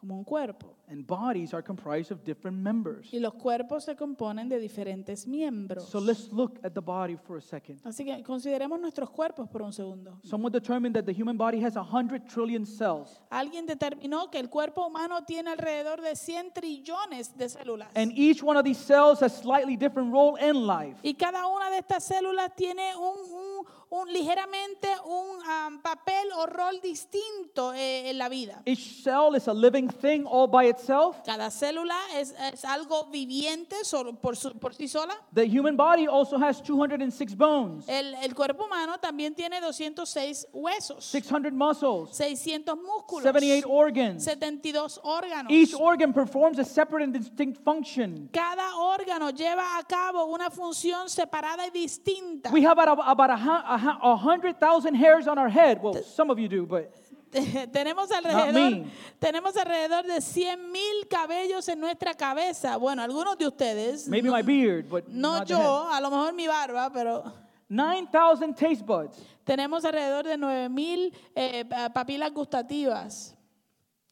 Como un cuerpo. And bodies are comprised of different members. Y los cuerpos se componen de diferentes miembros. So let's look at the body for a second. Así que consideremos nuestros cuerpos por un segundo. Someone determined that the human body has 100 trillion cells, Alguien determinó que el cuerpo humano tiene alrededor de 100 trillones de células. and each one of these cells has slightly different role in life. y cada una de estas células tiene un, un- un- ligeramente un am, papel o rol distinto eh, en la vida. Each cell is a living thing all by itself. Cada célula es, es algo viviente solo- por, su- por sí sola. The human body also has 206 bones, El, el cuerpo humano también tiene 206 huesos, 600 muscles, 600 músculos, 78 organs. 72 órganos. Each organ performs a separate and distinct function. Cada órgano lleva a cabo una función separada y distinta. We have about, about a, hu- a hu- a hundred thousand hairs on our head. Well, some of you do, but <laughs> tenemos me. alrededor tenemos alrededor de 100 mil cabellos en nuestra cabeza. Bueno, algunos de ustedes. maybe no my beard, but no not the head. yo, a lo mejor mi barba, pero Nine thousand taste buds, tenemos alrededor de 9 mil eh, papilas gustativas.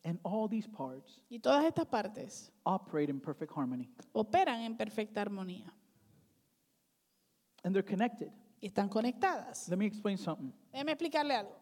and all these parts Y todas estas partes operate in perfect harmony, operan en perfecta armonía and they're connected. y están conectadas. Let me explain something. Déjeme explicarle algo.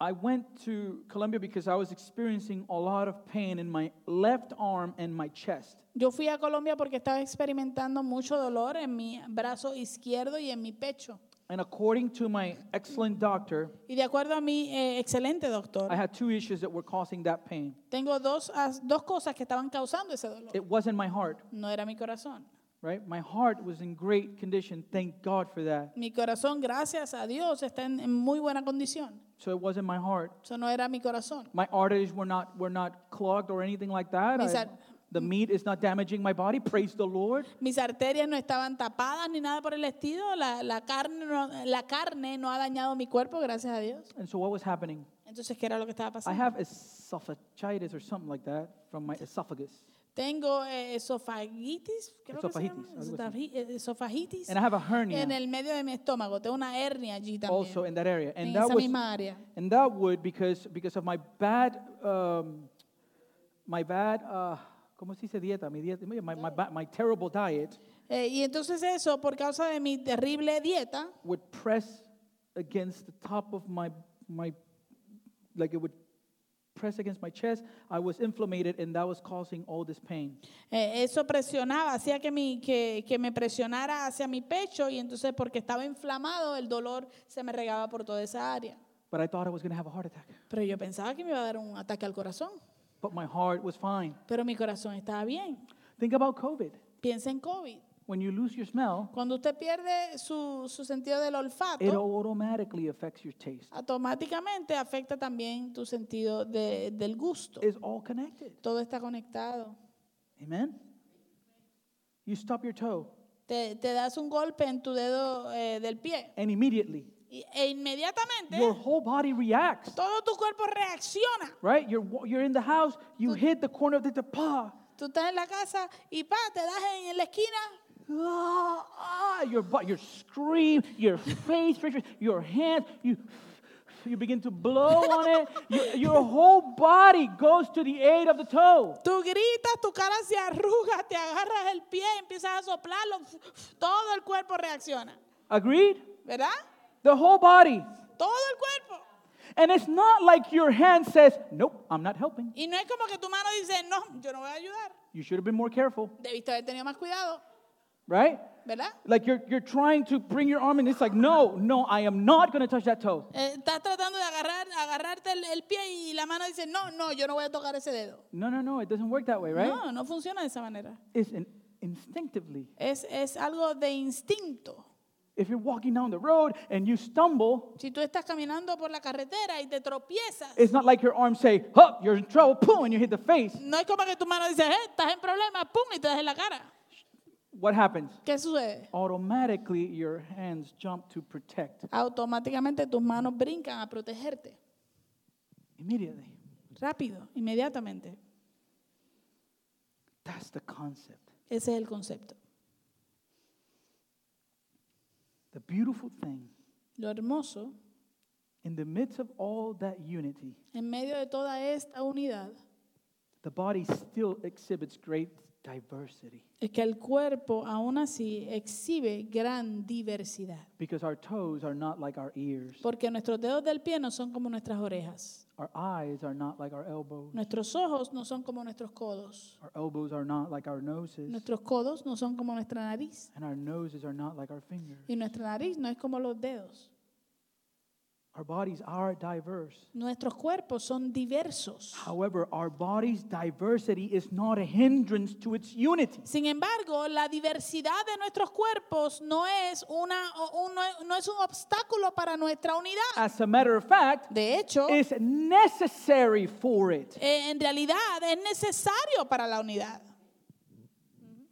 I went to Colombia because I was experiencing a lot of pain in my left arm and my chest. Yo fui a Colombia porque estaba experimentando mucho dolor en mi brazo izquierdo y en mi pecho. And according to my excellent doctor, Y de acuerdo a mi eh, excelente doctor, I had two issues that were causing that pain. tengo dos, as- dos cosas que estaban causando ese dolor. It wasn't my heart, No era mi corazón. right? My heart was in great condition. Thank God for that. Mi corazón, gracias a Dios, está en, en muy buena condición. So it wasn't my heart. Eso no era mi corazón. My arteries were not were not clogged or anything like that. Mis I- ar- the meat is not damaging my body. Praise the Lord. Mis arterias no estaban tapadas ni nada por el estilo. La, la carne, no, la carne no ha dañado mi cuerpo, gracias a Dios. And so what was happening? Entonces, ¿qué era lo que estaba I pasando? have esophagitis or something like that from my esophagus, Tengo eh, esofagitis, creo que se llama, Esofagitis, algo así. esofafi- eh, esofagitis, and I have a en hernia el medio de mi estómago. Tengo una hernia allí también, also in that area. en And esa that was misma área. and that would because because of my bad um, my bad uh, ¿cómo se dice dieta? Mi dieta my, my, ba- my terrible diet Eh, y entonces eso, por causa de mi terrible dieta, would press against the top of my my like it would press against my chest i was inflamed and that was causing all this pain eh, eso presionaba, hacía que, mi, que, que me presionara hacia mi pecho y entonces porque estaba inflamado, el dolor se me regaba por toda esa área. but i thought i was going to have a heart attack Pero yo pensaba que me iba a dar un ataque al corazón, but my heart was fine pero mi corazón estaba bien. think about covid Piensa en COVID. when you lose your smell Cuando usted pierde su, su sentido del it olfato, automatically affects your taste automáticamente afecta también tu sentido de- del gusto. it's all connected Todo está conectado. amen you stop your toe Te, te das un golpe en tu dedo eh, del pie and immediately y- e inmediatamente your whole body reacts todo tu cuerpo reacciona. right you're, wa- you're in the house you hit the corner of the, the paw Tú estás en la casa y pa, te das en, en la esquina, Ah, ah, your butt, your scream, your face, face, face, your hands, you you begin to blow on it. Your, your whole body goes to the aid of the toe. tú gritas, tu cara se arruga, te agarras el pie, empiezas a soplarlo, f- f- todo el cuerpo reacciona, Agreed? ¿verdad? The whole body. Todo el cuerpo. And it's not like your hand says, "Nope, I'm not helping." Y no es como que tu mano dice, no, yo no voy a ayudar. You should have been more careful, Debiste haber tenido más cuidado, right? ¿verdad? Like you're you're trying to bring your arm and it's like, "No, no, I am not going to touch that toe." Eh, estás tratando de agarrar, agarrarte el, el pie y la mano dice, no, no, yo no voy a tocar ese dedo. No, no, no, it doesn't work that way, right? No, no funciona de esa manera. It's an instinctively. Es, es algo de instinto. If you're walking down the road and you stumble, Si tú estás caminando por la carretera y te tropiezas, it's not like your arms say, Hup, you're in trouble, poo, and you hit the face. no es como que tu mano dice, "Eh, estás en problemas, pum, y te das en la cara. What happens? ¿Qué sucede? Automatically, your hands jump to protect Automáticamente tus manos brincan a protegerte. immediately. Rápido, inmediatamente. That's the concept. Ese es el concepto. The beautiful thing Lo hermoso, in the midst of all that unity, en medio de toda esta unidad, the body still exhibits great diversity es que el cuerpo aún así exhibe gran diversidad. because our toes are not like our ears, Porque nuestros dedos del pie no son como nuestras orejas. our eyes are not like our elbows, Nuestros ojos no son como nuestros codos. our elbows are not like our noses, Nuestros codos no son como nuestra nariz. and our noses are not like our fingers. Y nuestra nariz no es como los dedos. Our bodies are diverse. Nuestros cuerpos son diversos. However, our body's diversity is not a hindrance to its unity. Sin embargo, la diversidad de nuestros cuerpos no es, una, o un- no es un obstáculo para nuestra unidad. As a matter of fact, De hecho, it's necessary for it. eh, en realidad es necesario para la unidad.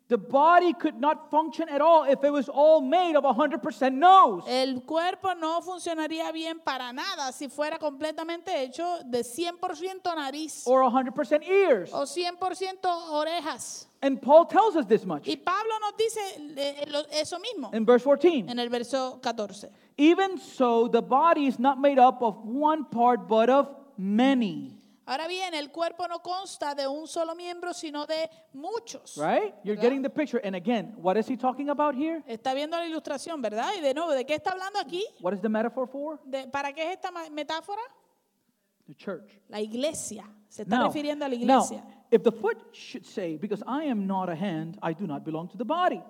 The body could not function at all if it was all made of 100% nose. El cuerpo no funcionaría bien para nada si fuera completamente hecho de 100% nariz or 100% ears. o 100% orejas. And Paul tells us this much Y Pablo nos dice eh, lo- eso mismo in verse 14. en el verso 14. Even so, the body is not made up of one part, but of many. Ahora bien, el cuerpo no consta de un solo miembro, sino de muchos. Right? You're ¿Verdad? getting the picture. And again, what is he talking about here? Está viendo la ilustración, ¿verdad? Y de nuevo, ¿de qué está hablando aquí? What is the metaphor for? ¿De- ¿Para qué es esta ma- metáfora? The church. La iglesia. Se está refiriendo a la iglesia. now, if the foot should say, Because I am not a hand, I do not belong to the body,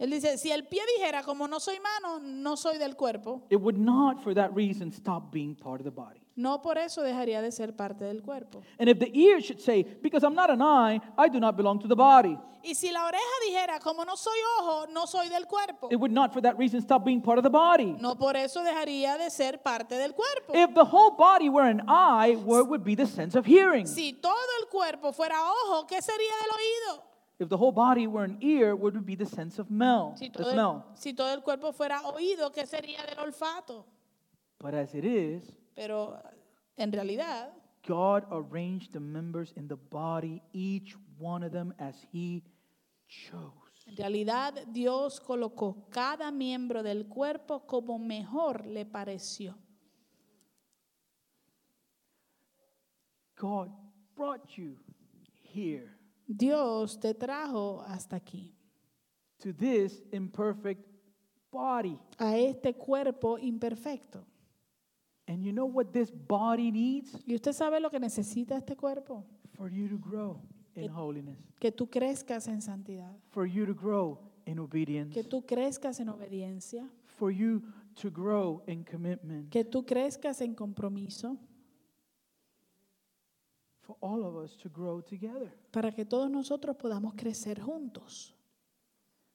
Él dice, si el pie dijera, como no soy mano, no soy del cuerpo, it would not for that reason stop being part of the body. no por eso dejaría de ser parte del cuerpo. And if the ear should say, Because I'm not an eye, I do not belong to the body, Y si la oreja dijera, como no soy ojo, no soy del cuerpo, it would not for that reason stop being part of the body. no por eso dejaría de ser parte del cuerpo. If the whole body were an eye, where would be the sense of hearing? Si todo el cuerpo fuera ojo, ¿qué sería del oído? If the whole body were an ear, what would be the sense of smell? Si todo, The el- smell. si todo el cuerpo fuera oído, ¿qué sería del olfato? But as it is, Pero en realidad, God arranged the members in the body, each one of them as He chose. en realidad Dios colocó cada miembro del cuerpo como mejor le pareció. God brought you here Dios te trajo hasta aquí, to this imperfect body. a este cuerpo imperfecto. And you know what this body needs? ¿Y usted sabe lo que necesita este cuerpo? For you to grow in It- holiness, Que tú crezcas en santidad, for you to grow in obedience, que tú crezcas en obediencia, for you to grow in commitment. que tú crezcas en compromiso, for all of us to grow together. para que todos nosotros podamos crecer juntos.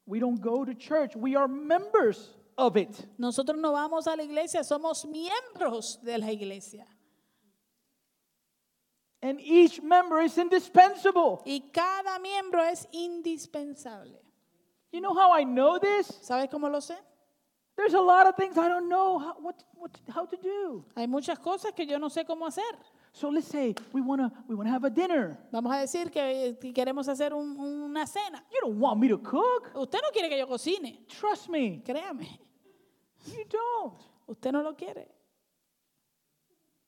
We don't go to church, we are members of it. Nosotros no vamos a la iglesia, somos miembros de la iglesia. And each member is indispensable. Y cada miembro es indispensable. You know how I know this? ¿Sabes cómo lo sé? There's a lot of things I don't know how, what, what, how to do. Hay muchas cosas que yo no sé cómo hacer. So let's say we want to we wanna have a dinner. Vamos a decir que, que queremos hacer un- una cena. You don't want me to cook. Usted no quiere que yo cocine, Trust me, créame. you don't. Usted no lo quiere.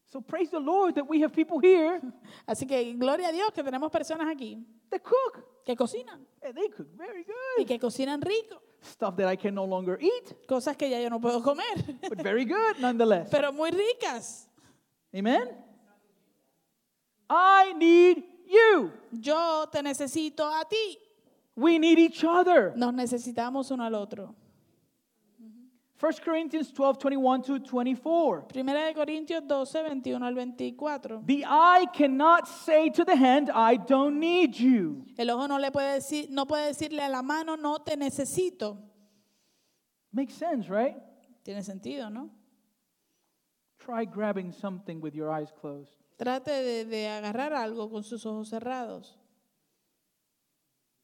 So praise the Lord that we have people here Así que gloria a Dios que tenemos personas aquí that cook. que cocinan And they cook very y good. que cocinan rico. Stuff that I can no longer eat, Cosas que ya yo no puedo comer, <laughs> but very good nonetheless. pero muy ricas. Amen? I need you. Yo te necesito a ti. We need each other. Nos necesitamos uno al otro. 1 Corinthians 12 21 to 24. Primera de Corintios 12, 21 al 24. The eye cannot say to the hand, I don't need you. El ojo no le puede decir, no puede decirle a la mano, no te necesito. Makes sense, right? Tiene sentido, ¿no? Try grabbing something with your eyes closed. Trate de, de agarrar algo con sus ojos cerrados.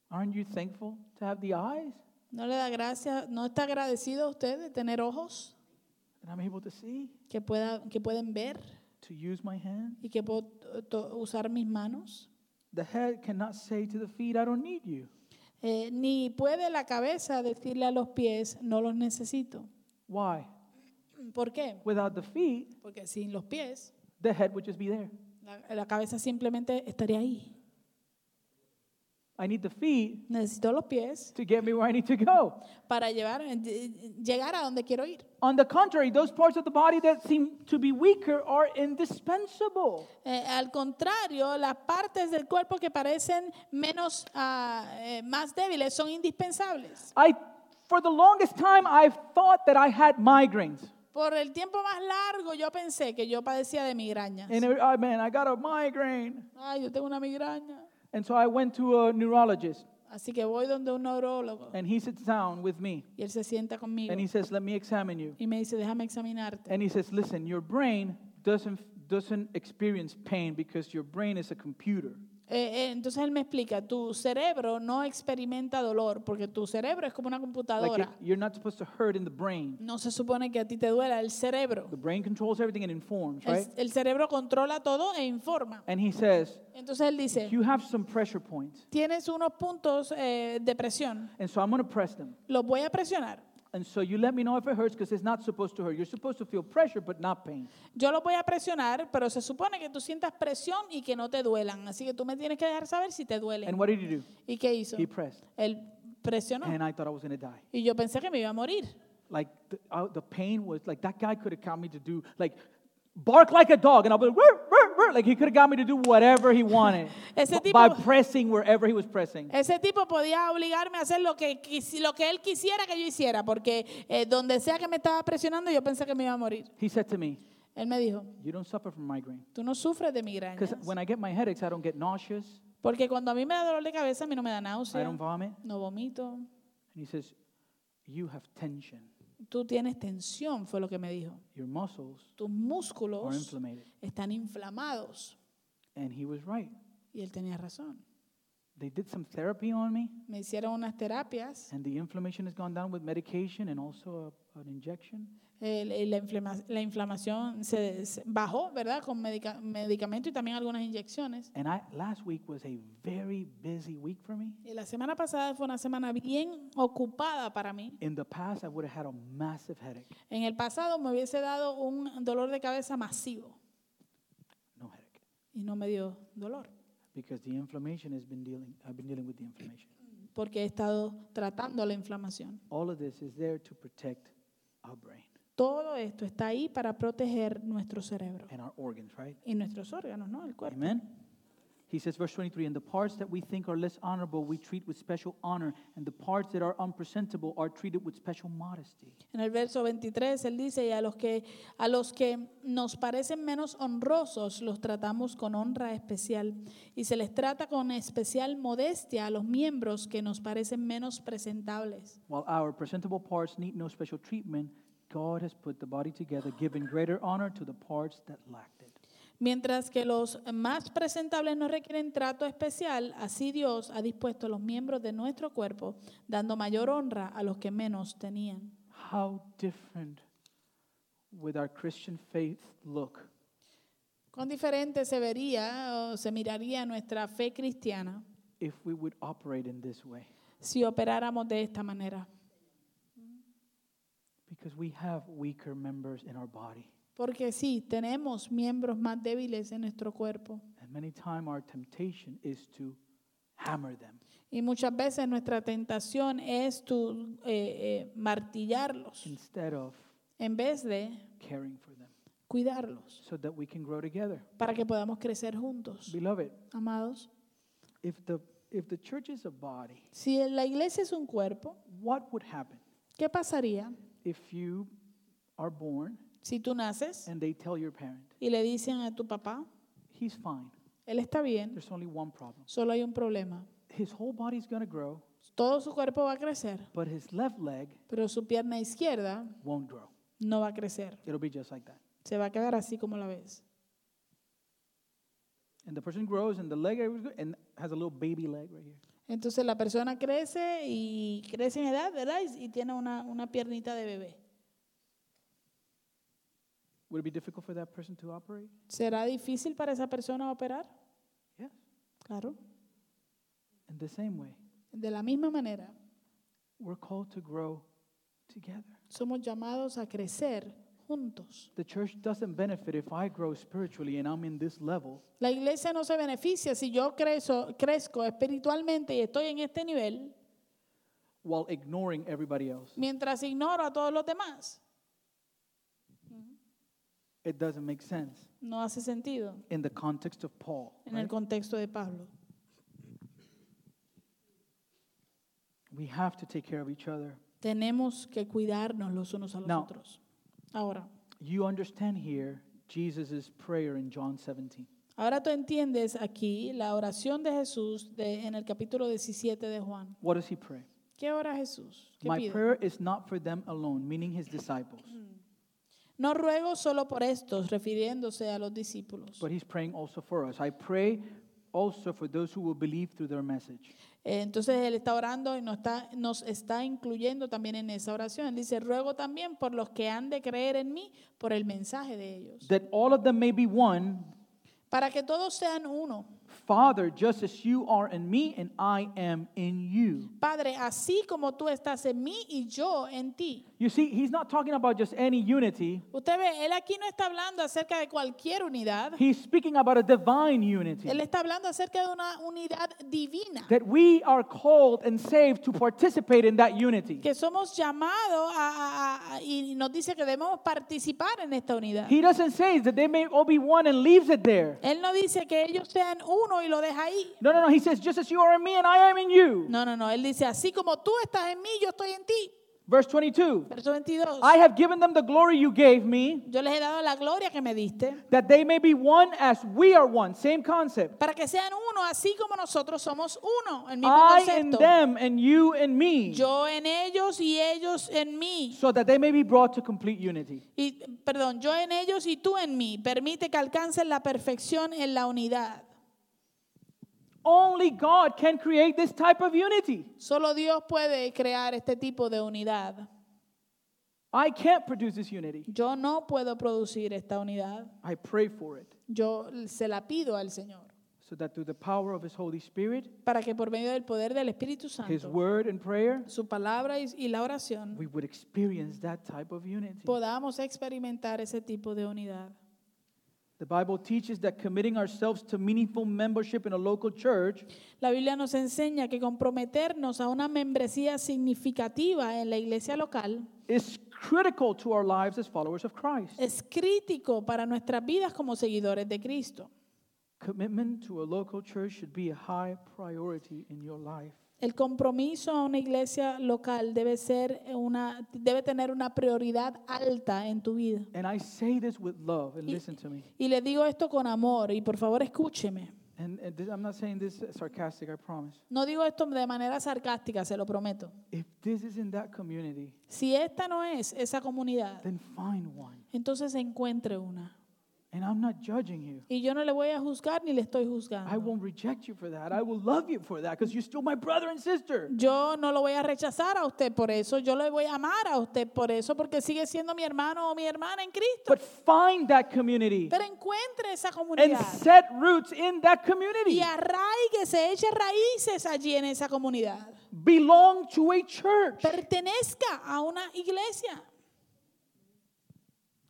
Aren't you thankful to have the eyes ¿No le da gracias? ¿No está agradecido a usted de tener ojos that I'm able to see, que, pueda, que pueden ver to use my hand? y que puedo to- to- usar mis manos? The head cannot say to the feet, I don't need you. Eh, ni puede la cabeza decirle a los pies, no los necesito. Why? ¿Por qué? Without the feet, Porque sin los pies, the head would just be there. la, la cabeza simplemente estaría ahí. I need the feet Necesito los pies to get me where I need to go. para llevar, ll- llegar a donde quiero ir. On the contrary, those parts of the body that seem to be weaker are indispensable. Eh, al contrario, las partes del cuerpo que parecen menos, ah, eh, más débiles son indispensables. I, for the longest time, I've thought that I had migraines. Por el tiempo más largo yo pensé que yo padecía de migrañas. And every- oh man, I got a migraine. Ay, yo tengo una migraña. And so I went to a neurologist, Así que voy donde un neurólogo and he sits down with me, y él se sienta conmigo and he says, "Let me examine you." y me dice, déjame examinarte. And he says, "Listen, your brain doesn't doesn't experience pain because your brain is a computer. Eh, eh, entonces él me explica, tu cerebro no experimenta dolor porque tu cerebro es como una Like computadora. it- you're not supposed to hurt in the brain. No se supone que a ti te duela el cerebro. The brain controls everything and informs, El, right?" el cerebro controla todo e informa. And he says, Entonces él dice, "You have some pressure points, tienes unos puntos eh, de presión, and so I'm going to press them." los voy a presionar. And so you let me know if it hurts because it's not supposed to hurt. You're supposed to feel pressure but not pain. Yo los voy a presionar, pero se supone que tú sientas presión y que no te duelan. Así que tú me tienes que dejar saber si te duelen. And what did he do? ¿Y qué hizo? He pressed. Él presionó. And I thought I was going to die. Y yo pensé que me iba a morir. Like the, I, the pain was like that guy could have got me to do like bark like a dog and I'll be like, "Rrr, rrr, rrr." like he could have got me to do whatever he wanted Ese b- by tipo- pressing wherever he was pressing. Ese tipo podía obligarme a hacer lo que, quis- lo que él quisiera que yo hiciera, porque eh, donde sea que me estaba presionando, yo pensé que me iba a morir. He said to me, Él me dijo, "You don't suffer from migraine tú no sufres de because migrañas. when I get my headaches, I don't get nauseous, Porque cuando a mí me da dolor de cabeza, a mí no me da I náusea, don't vomit." no vomito. And he says, "You have tension. Tú tienes tensión, fue lo que me dijo. Your muscles Tus are músculos inflamed." están inflamados. And he was right. Y él tenía razón. They did some therapy on me. Me hicieron unas terapias And the inflammation has gone down with medication and also a, an injection. eh, la- la, inflama- la inflamación se, se bajó, ¿verdad? Con medica- medicamento y también algunas inyecciones. And I last week was a very busy week for me. Y la semana pasada fue una semana bien ocupada para mí. In the past, I would have had a massive headache. En el pasado me hubiese dado un dolor de cabeza masivo No headache, y no me dio dolor because the inflammation has been dealing. I've been dealing with the inflammation. porque he estado tratando la inflamación. All of this is there to protect our brain Todo esto está ahí para proteger nuestro cerebro and our organs, right? y nuestros órganos, ¿no? El cuerpo. Amen. He says, verse 23, and the parts that we think are less honorable we treat with special honor, and the parts that are unpresentable are treated with special modesty. En el verso 23 él dice, y a los que a los que nos parecen menos honrosos los tratamos con honra especial y se les trata con especial modestia a los miembros que nos parecen menos presentables. While our presentable parts need no special treatment, God has put the body together, giving greater honor to the parts that lacked it. Mientras que los más presentables no requieren trato especial, así Dios ha dispuesto los miembros de nuestro cuerpo, dando mayor honra a los que menos tenían. How different would our Christian faith look Cuán diferente se vería o se miraría nuestra fe cristiana if we would operate in this way? si operáramos de esta manera. Because we have weaker members in our body. Porque sí, tenemos miembros más débiles en nuestro cuerpo. And many times our temptation is to hammer them. Y muchas veces nuestra tentación es tu, eh, eh, martillarlos instead of en vez de caring for them cuidarlos so that we can grow together. para que podamos crecer juntos. Beloved, Amados, if the if the church is a body, si la iglesia es un cuerpo, what would happen ¿qué pasaría if you are born si tú naces and they tell your parent, y le dicen a tu papá, he's fine. él está bien, There's only one problem. solo hay un problema, his whole body's going to grow, Todo su cuerpo va a crecer, but his left leg pero su pierna izquierda won't grow. no va a crecer. It'll be just like that. Se va a quedar así como la ves. And the person grows, and the leg and has a little baby leg right here. Entonces la persona crece y crece en edad, ¿verdad? Y, y tiene una, una piernita de bebé. Would it be difficult for that person to operate? ¿Será difícil para esa persona operar? Yes. Claro. In the same way, De la misma manera, we're called to grow together. somos llamados a crecer juntos. The church doesn't benefit if I grow spiritually and I'm in this level, La iglesia no se beneficia si yo crezo- crezco espiritualmente y estoy en este nivel while ignoring everybody else. mientras ignoro a todos los demás. It doesn't make sense No hace sentido in the context of Paul. en right? el contexto de Pablo. We have to take care of each other. Tenemos que cuidarnos los unos a los No. otros. Ahora, You understand here Jesus' prayer in John 17. ahora tú entiendes aquí la oración de Jesús de- en el capítulo 17 de Juan. What does he pray? ¿Qué ora Jesús? ¿Qué My pide? prayer is not for them alone, meaning his disciples, No ruego solo por estos, refiriéndose a los discípulos. but he's praying also for us. I pray also for those who will believe through their message. Eh, Entonces él está orando y nos está, nos está incluyendo también en esa oración. Él dice, ruego también por los que han de creer en mí, por el mensaje de ellos. That all of them may be one, Para que todos sean uno. Father, just as you are in me and I am in you. Padre, así como tú estás en mí y yo en ti. You see, he's not talking about just any unity. Usted ve, él aquí no está hablando acerca de cualquier unidad. He's speaking about a divine unity. Él está hablando acerca de una unidad divina. That we are called and saved to participate in that unity. Que somos llamados a- a- a- y nos dice que debemos participar en esta unidad. He doesn't say that they may all be one and leaves it there. Él no dice que ellos sean uno y lo deja ahí. No, no, no. He says, just as you are in me and I am in you. No, no, no. Él dice, así como tú estás en mí, yo estoy en ti. Verse 22 Verso 22. I have given them the glory you gave me, Yo les he dado la gloria que me diste that they may be one as we are one. Same concept. para que sean uno, así como nosotros somos uno. El mismo I in concepto. them and you in me, Yo en ellos y ellos en mí. so that they may be brought to complete unity. Y, perdón, yo en ellos y tú en mí. Permite que alcancen la perfección en la unidad. Only God can create this type of unity. Solo Dios puede crear este tipo de unidad. I can't produce this unity. Yo no puedo producir esta unidad. I pray for it, Yo se la pido al Señor so that through the power of His Holy Spirit, para que por medio del poder del Espíritu His Santo word and prayer, su palabra y, y la oración, we would experience that type of unity. podamos experimentar ese tipo de unidad. The Bible teaches that committing ourselves to meaningful membership in a local church La Biblia nos enseña que comprometernos a una membresía significativa en la iglesia local is critical to our lives as followers of Christ. es crítico para nuestras vidas como seguidores de Cristo. Commitment to a local church should be a high priority in your life. El compromiso a una iglesia local debe ser una debe tener una prioridad alta en tu vida. And I say this with love, and Y- listen to me. Y le digo esto con amor y por favor escúcheme. And, and this- I'm not saying this sarcastic, I promise. No digo esto de manera sarcástica, se lo prometo. If this is in that community, Si esta no es esa comunidad, then find one. entonces encuentre una. And I'm not judging you. Y yo no le voy a juzgar ni le estoy I juzgando. won't reject you for that. I will love you for that because you're still my brother and sister. Yo no lo voy a rechazar a usted por eso, yo le voy a amar a usted por eso, porque sigue siendo mi hermano o mi hermana en Cristo. But find that community Pero encuentre esa and comunidad set roots in that y community. arraíguese, eche raíces allí en esa comunidad. Belong to a church. Pertenezca a una iglesia.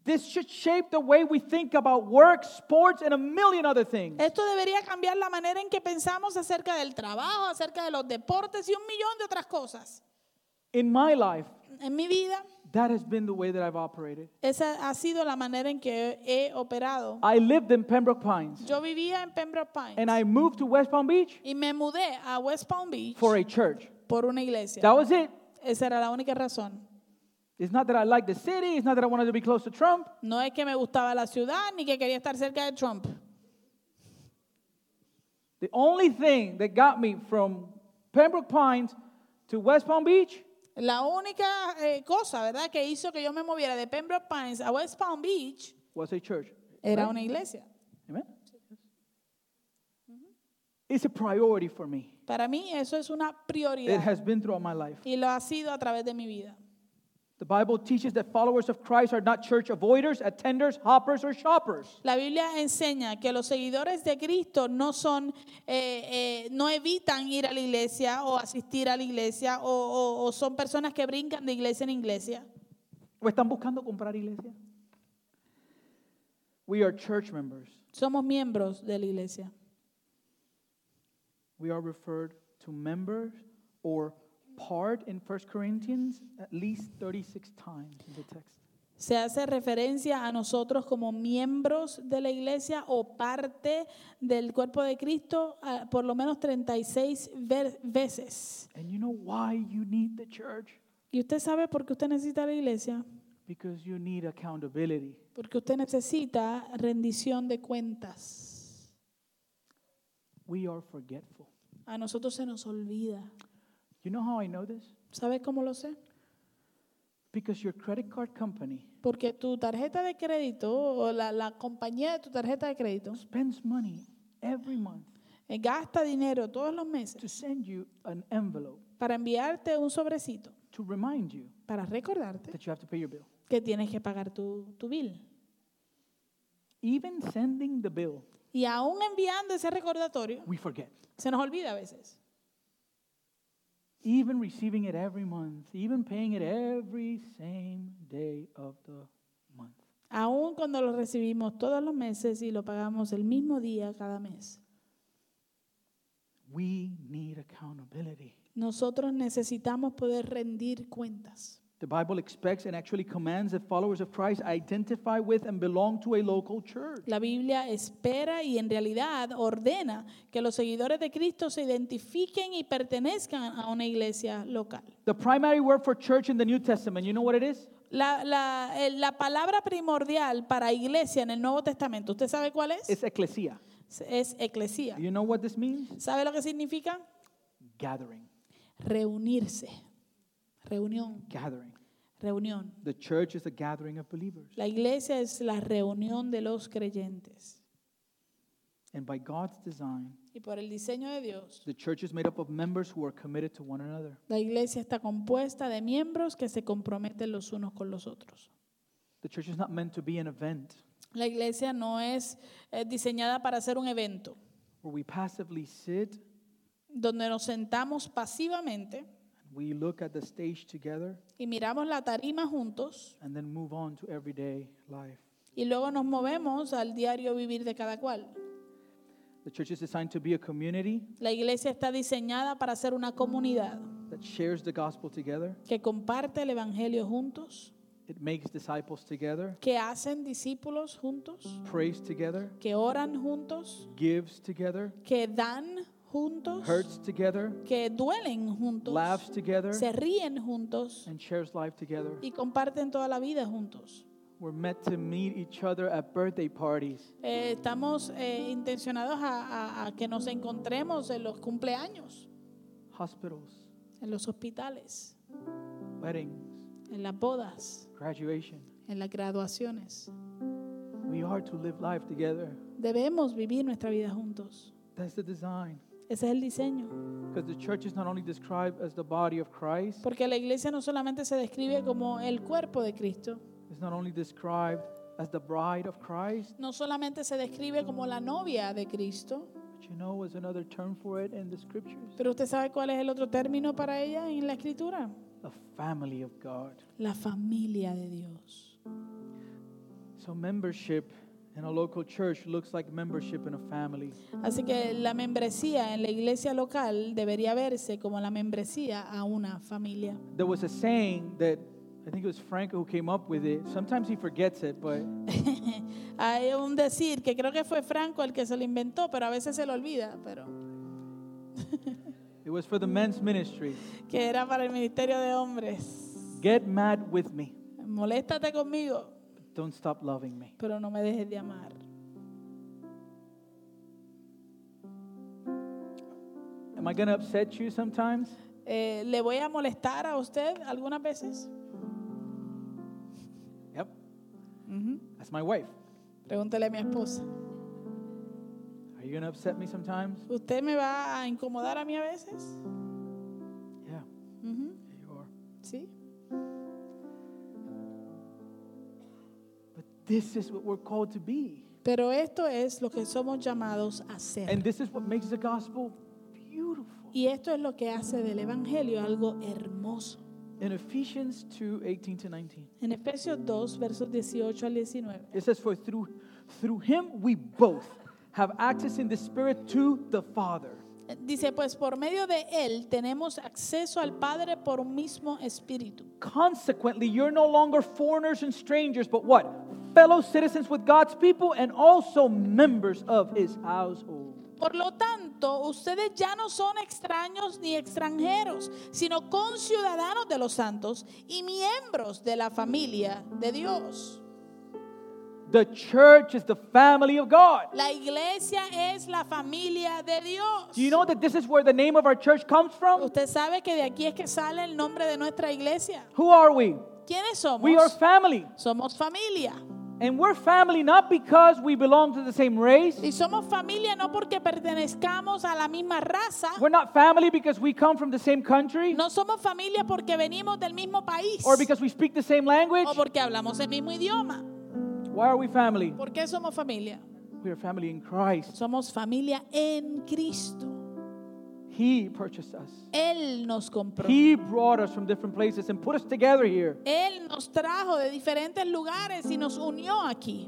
This should shape the way we think about work, sports, and a million other things. Esto debería cambiar la manera en que pensamos acerca del trabajo, acerca de los deportes y un millón de otras cosas. In my life, En mi vida, that has been the way that I've operated. esa ha sido la manera en que he operado. I lived in Pembroke Pines Yo vivía en Pembroke Pines and I moved to West Palm Beach y me mudé a West Palm Beach for a church. por una iglesia. That was it. Esa era la única razón. It's not that I liked the city, it's not that I wanted to be close to Trump. No es que me gustaba la ciudad ni que quería estar cerca de Trump. The only thing that got me from Pembroke Pines to West Palm Beach La única eh, cosa, ¿verdad?, que hizo que yo me moviera de Pembroke Pines a West Palm Beach was a church. era right? una iglesia. Amen? It's a priority for me. Para mí eso es una It prioridad has been throughout my life. y lo ha sido a través de mi vida. The Bible teaches that followers of Christ are not church avoiders, attenders, hoppers, or shoppers. La Biblia enseña que los seguidores de Cristo no son, eh, eh, no evitan ir a la iglesia o asistir a la iglesia o, o- o son personas que brincan de iglesia en iglesia. ¿O están buscando comprar iglesia? We are church members. Somos miembros de la iglesia. We are referred to members or part in 1 Corinthians at least 36 times in the text. Se hace referencia a nosotros como miembros de la iglesia o parte del cuerpo de Cristo ah, por lo menos 36 ver- veces. And you know why you need the church? ¿Y usted sabe por qué usted necesita la iglesia? Because you need accountability. Porque usted necesita rendición de cuentas. We are forgetful. A nosotros se nos olvida. You know how I know this? ¿Sabes cómo lo sé? Because your credit card company Porque tu tarjeta de crédito o la, la compañía de tu tarjeta de crédito spends money every month eh, gasta dinero todos los to meses send you an envelope para enviarte un sobrecito to remind you para recordarte that you have to pay your bill. que tienes que pagar tu, tu bill. Even sending the bill, Y aún enviando ese recordatorio, we forget. se nos olvida a veces. Even receiving it every month, even paying it every same day of the month. Aún cuando lo recibimos todos los meses y lo pagamos el mismo día cada mes. We need accountability. Nosotros necesitamos poder rendir cuentas. The Bible expects and actually commands that followers of Christ identify with and belong to a local church. La Biblia espera y en realidad ordena que los seguidores de Cristo se identifiquen y pertenezcan a una iglesia local. The primary word for church in the New Testament, you know what it is? La, la- eh, la palabra primordial para iglesia en el Nuevo Testamento, ¿usted sabe cuál es? It's ecclesia. Es eclesía. You know what this means? ¿Sabe lo que significa? Gathering. Reunirse. Reunión. Gathering. Reunión. The church is a gathering of believers. La iglesia es la reunión de los creyentes. And by God's design, Y por el diseño de Dios, the church is made up of members who are committed to one another. la iglesia está compuesta de miembros que se comprometen los unos con los otros. The church is not meant to be an event La iglesia no es eh, diseñada para ser un evento where we passively sit donde nos sentamos pasivamente and we look at the stage together y miramos la tarima juntos and then move on to everyday life. y luego nos movemos al diario vivir de cada cual. The church is designed to be a community La iglesia está diseñada para ser una comunidad that shares the gospel together, que comparte el evangelio juntos, it makes disciples together, que hacen discípulos juntos, prays together, que oran juntos, gives together, que dan juntos, hurts together, que duelen juntos, laughs together, se ríen juntos and shares life together. y comparten toda la vida juntos. We're meant to meet each other at birthday parties. Eh, estamos eh, intencionados a, a- a que nos encontremos en los cumpleaños, hospitals, en los hospitales, weddings, en las bodas, graduation. en las graduaciones. We are to live life together. Debemos vivir nuestra vida juntos. That's the design. Ese es el diseño. Because the church is not only described as the body of Christ, Porque la iglesia no solamente se describe como el cuerpo de Cristo, it's not only described as the bride of Christ, no solamente se describe como la novia de Cristo, but you know is another term for it in the scriptures. pero usted sabe cuál es el otro término para ella en la escritura. The family of God. La familia de Dios. So membership in a local church looks like membership in a family. Así que la membresía en la iglesia local debería verse como la membresía a una familia. There was a saying that I think it was Frank who came up with it. Sometimes he forgets it, but Hay un decir que creo que fue Franco el que se lo inventó, pero a veces se lo olvida, pero it was for the men's ministry. que era para el ministerio de hombres. Get mad with me. Moléstate conmigo, Don't stop loving me. pero no me dejes de amar. Am I going to upset you sometimes? Eh, ¿Le voy a molestar a usted algunas veces? Yep. That's my wife. Pregúntele a mi esposa. Are you going to upset me sometimes? ¿Usted me va a incomodar a mí a veces? Yeah. Ujú, yeah you are. Sí. But this is what we're called to be. Pero esto es lo que somos llamados a And hacer. this is what makes the gospel beautiful. Y esto es lo que hace del Evangelio algo hermoso. In Ephesians 2 18 to 19, En Efesios 2, versos 18 al 19. it says, For through, through him we both have access in the Spirit to the Father. Dice, pues por medio de Él tenemos acceso al Padre por un mismo espíritu. Consequently, you're no longer foreigners and strangers, but what? Fellow citizens with God's people and also members of his household. Por lo tanto, ustedes ya no son extraños ni extranjeros, sino conciudadanos de los santos y miembros de la familia de Dios. The church is the family of God. La iglesia es la familia de Dios. Do you know that this is where the name of our church comes from? Usted sabe que de aquí es que sale el nombre de nuestra iglesia. Who are we? ¿Quiénes somos? We are family. somos familia. And we're family not because we belong to the same race. Y somos familia no porque pertenezcamos a la misma raza. We're not family because we come from the same country No somos familia porque venimos del mismo país or because we speak the same language. o porque hablamos el mismo idioma. Why are we family? ¿Por qué somos familia? We are family in Christ. Somos familia en Cristo. He purchased us. Él nos compró. He brought us from different places and put us together here. Él nos trajo de diferentes lugares y nos unió aquí.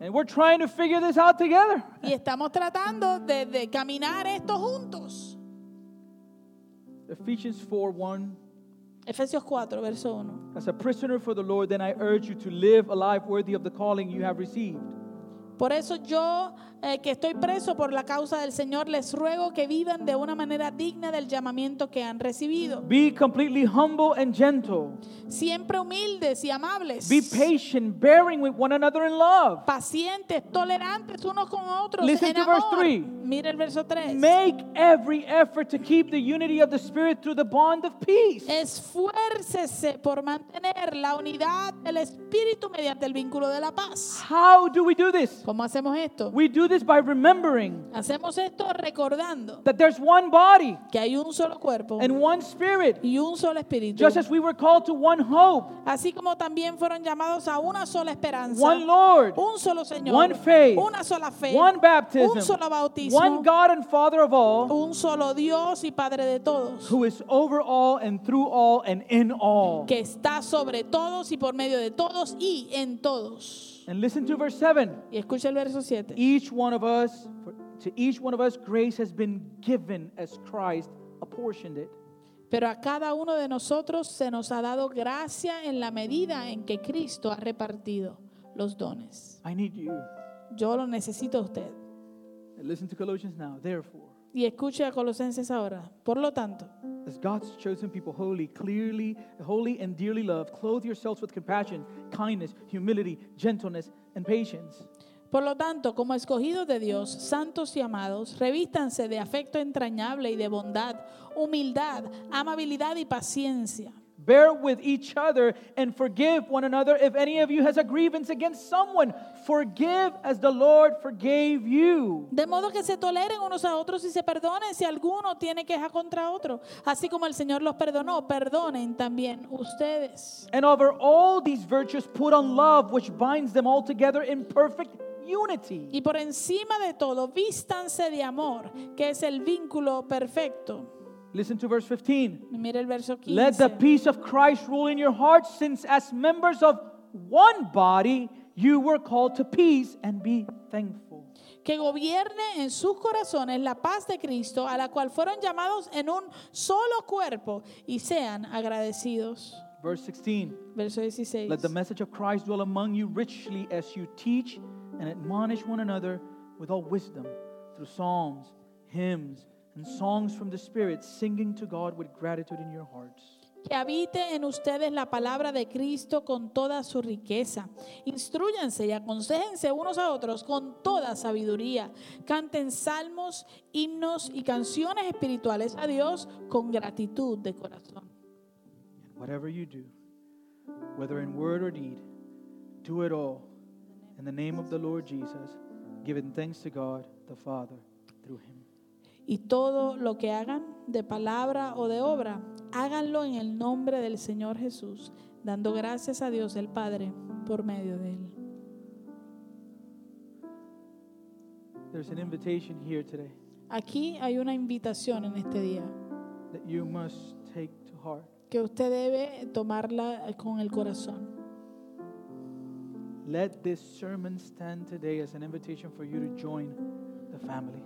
And we're trying to figure this out together. Y estamos tratando de, de caminar esto juntos. Ephesians 4 1. Efesios 4, verso 1. As a prisoner for the Lord, then I urge you to live a life worthy of the calling you have received. Por eso yo, eh, que estoy preso por la causa del Señor, les ruego que vivan de una manera digna del llamamiento que han recibido. Be completely humble and gentle. Siempre humildes y amables. Be patient, bearing with one another in love. pacientes, tolerantes unos con otros. Listen en to amor. verse three. Mira el verso 3. Make every effort to keep the unity of the Spirit through the bond of peace. Esfuércese por mantener la unidad del espíritu mediante el vínculo de la paz. How do we do this? ¿Cómo hacemos esto? We do this by remembering Hacemos esto recordando that there's one body que hay un solo cuerpo and one Spirit, y un solo espíritu. just as we were called to one hope, Así como también fueron llamados a una sola esperanza. one Lord, un solo Señor. one faith, una sola fe. one un baptism, solo bautismo. one God and Father of all. un solo Dios y Padre de todos. who is over all and through all and in all. que está sobre todos y por medio de todos y en todos. And listen to verse 7. Y escucha el verso 7. Each one of us, to each one of us, grace has been given as Christ apportioned it. Pero a cada uno de nosotros se nos ha dado gracia en la medida en que Cristo ha repartido los dones. I need you. Yo lo necesito a usted. And listen to Colossians now. Therefore, Y escuche a Colosenses ahora. Por lo tanto, as God's chosen people, holy, clearly, holy and dearly loved, clothe yourselves with compassion, kindness, humility, gentleness, and patience. por lo tanto, como escogidos de Dios, santos y amados, revístanse de afecto entrañable y de bondad, humildad, amabilidad y paciencia. Bear with each other and forgive one another. If any of you has a grievance against someone, forgive as the Lord forgave you. De modo que se toleren unos a otros y se perdonen si alguno tiene queja contra otro. Así como el Señor los perdonó, perdonen también ustedes. And over all these virtues, put on love, which binds them all together in perfect unity. Y por encima de todo, vístanse de amor, que es el vínculo perfecto. Listen to verse 15. Y Mira el verso Let the 15. peace of Christ rule in your hearts, since as members of one body, you were called to peace and be thankful. Que gobierne en sus corazones la paz de Cristo, a la cual fueron llamados en un solo cuerpo, y sean agradecidos. Verse 16. Verso 16. Let the message of Christ dwell among you richly as you teach and admonish one another with all wisdom through psalms, hymns, and songs from the Spirit, singing to God with gratitude in your hearts. que habite en ustedes la palabra de Cristo con toda su riqueza. Instruyanse y aconsejense unos a otros con toda sabiduría. Canten salmos, himnos y canciones espirituales a Dios con gratitud de corazón. Whatever you do, whether in word or deed, do it all in the name of the Lord Jesus, giving thanks to God the Father through him. Y todo lo que hagan, de palabra o de obra, háganlo en el nombre del Señor Jesús, dando gracias a Dios el Padre por medio de él. There's an invitation here today Aquí hay una invitación en este día that you must take to heart. que usted debe tomarla con el corazón. Let this sermon stand today as an invitation for you to join the family.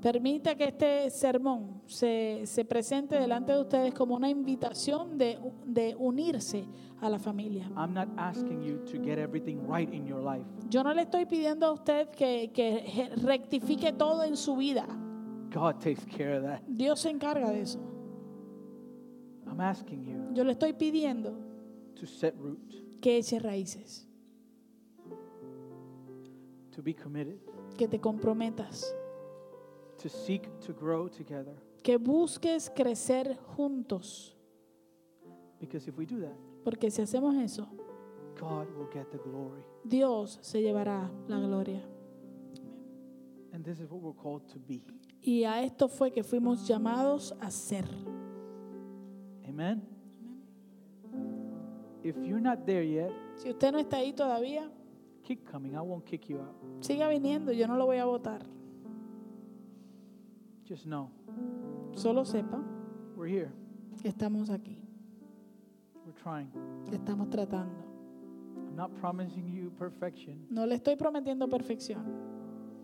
Permita que este sermón se, se presente delante de ustedes como una invitación de, de unirse a la familia. I'm not asking you to get everything right in your life. Yo no le estoy pidiendo a usted que, que rectifique todo en su vida. God takes care of that. Dios se encarga de eso. I'm asking you Yo le estoy pidiendo to set root, que eche raíces, to be committed, que te comprometas, to seek to grow together. que busques crecer juntos. Because if we do that, Porque si hacemos eso, God will get the glory. Dios se llevará la gloria. And this is what we're called to be. Y a esto fue que fuimos llamados a ser. Amen? If you're not there yet, Si usted no está ahí todavía, keep coming. I won't kick you out. siga viniendo, yo no lo voy a votar. Just know Solo sepa we're here. que estamos aquí, We're trying. que estamos tratando. I'm not promising you perfection, No le estoy prometiendo perfección,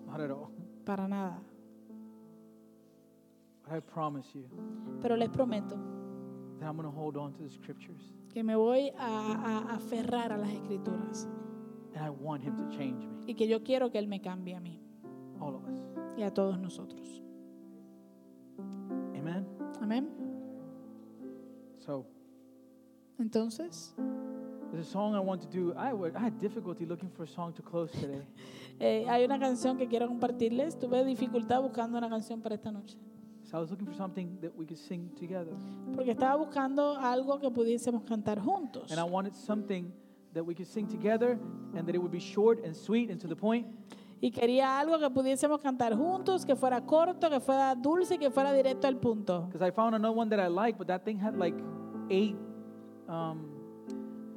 not at all. para nada. But I promise you Pero les prometo that I'm going to hold on to the scriptures. que me voy a, a- a aferrar a las escrituras And I want Him to change me, y que yo quiero que Él me cambie a mí all of us. y a todos nosotros. Amen? Amén. So, Entonces, there's a song I want to do. I, wa- I had difficulty looking for a song to close today. eh, hay una canción que quiero compartirles. Tuve dificultad buscando una canción para esta noche. so, I was looking for something that we could sing together. Porque estaba buscando algo que pudiésemos cantar juntos. And I wanted something that we could sing together and that it would be short and sweet and to the point. Y quería algo que pudiésemos cantar juntos, que fuera corto, que fuera dulce, y que fuera directo al punto. Because I found another one that I liked, but that thing had like eight, um,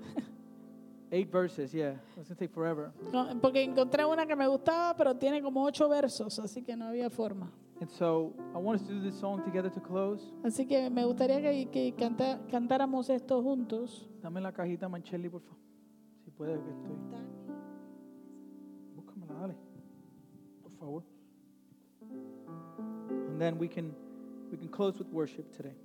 <laughs> eight verses. Yeah, it was gonna take forever. No, Porque encontré una que me gustaba, pero tiene como ocho versos, así que no había forma. And so I want us to do this song together to close. Así que me gustaría que, que canta- cantáramos esto juntos. Dame la cajita, Manchelli, por favor. Si puede, que estoy. Búscamela, dale. Por favor. And then we can we can close with worship today.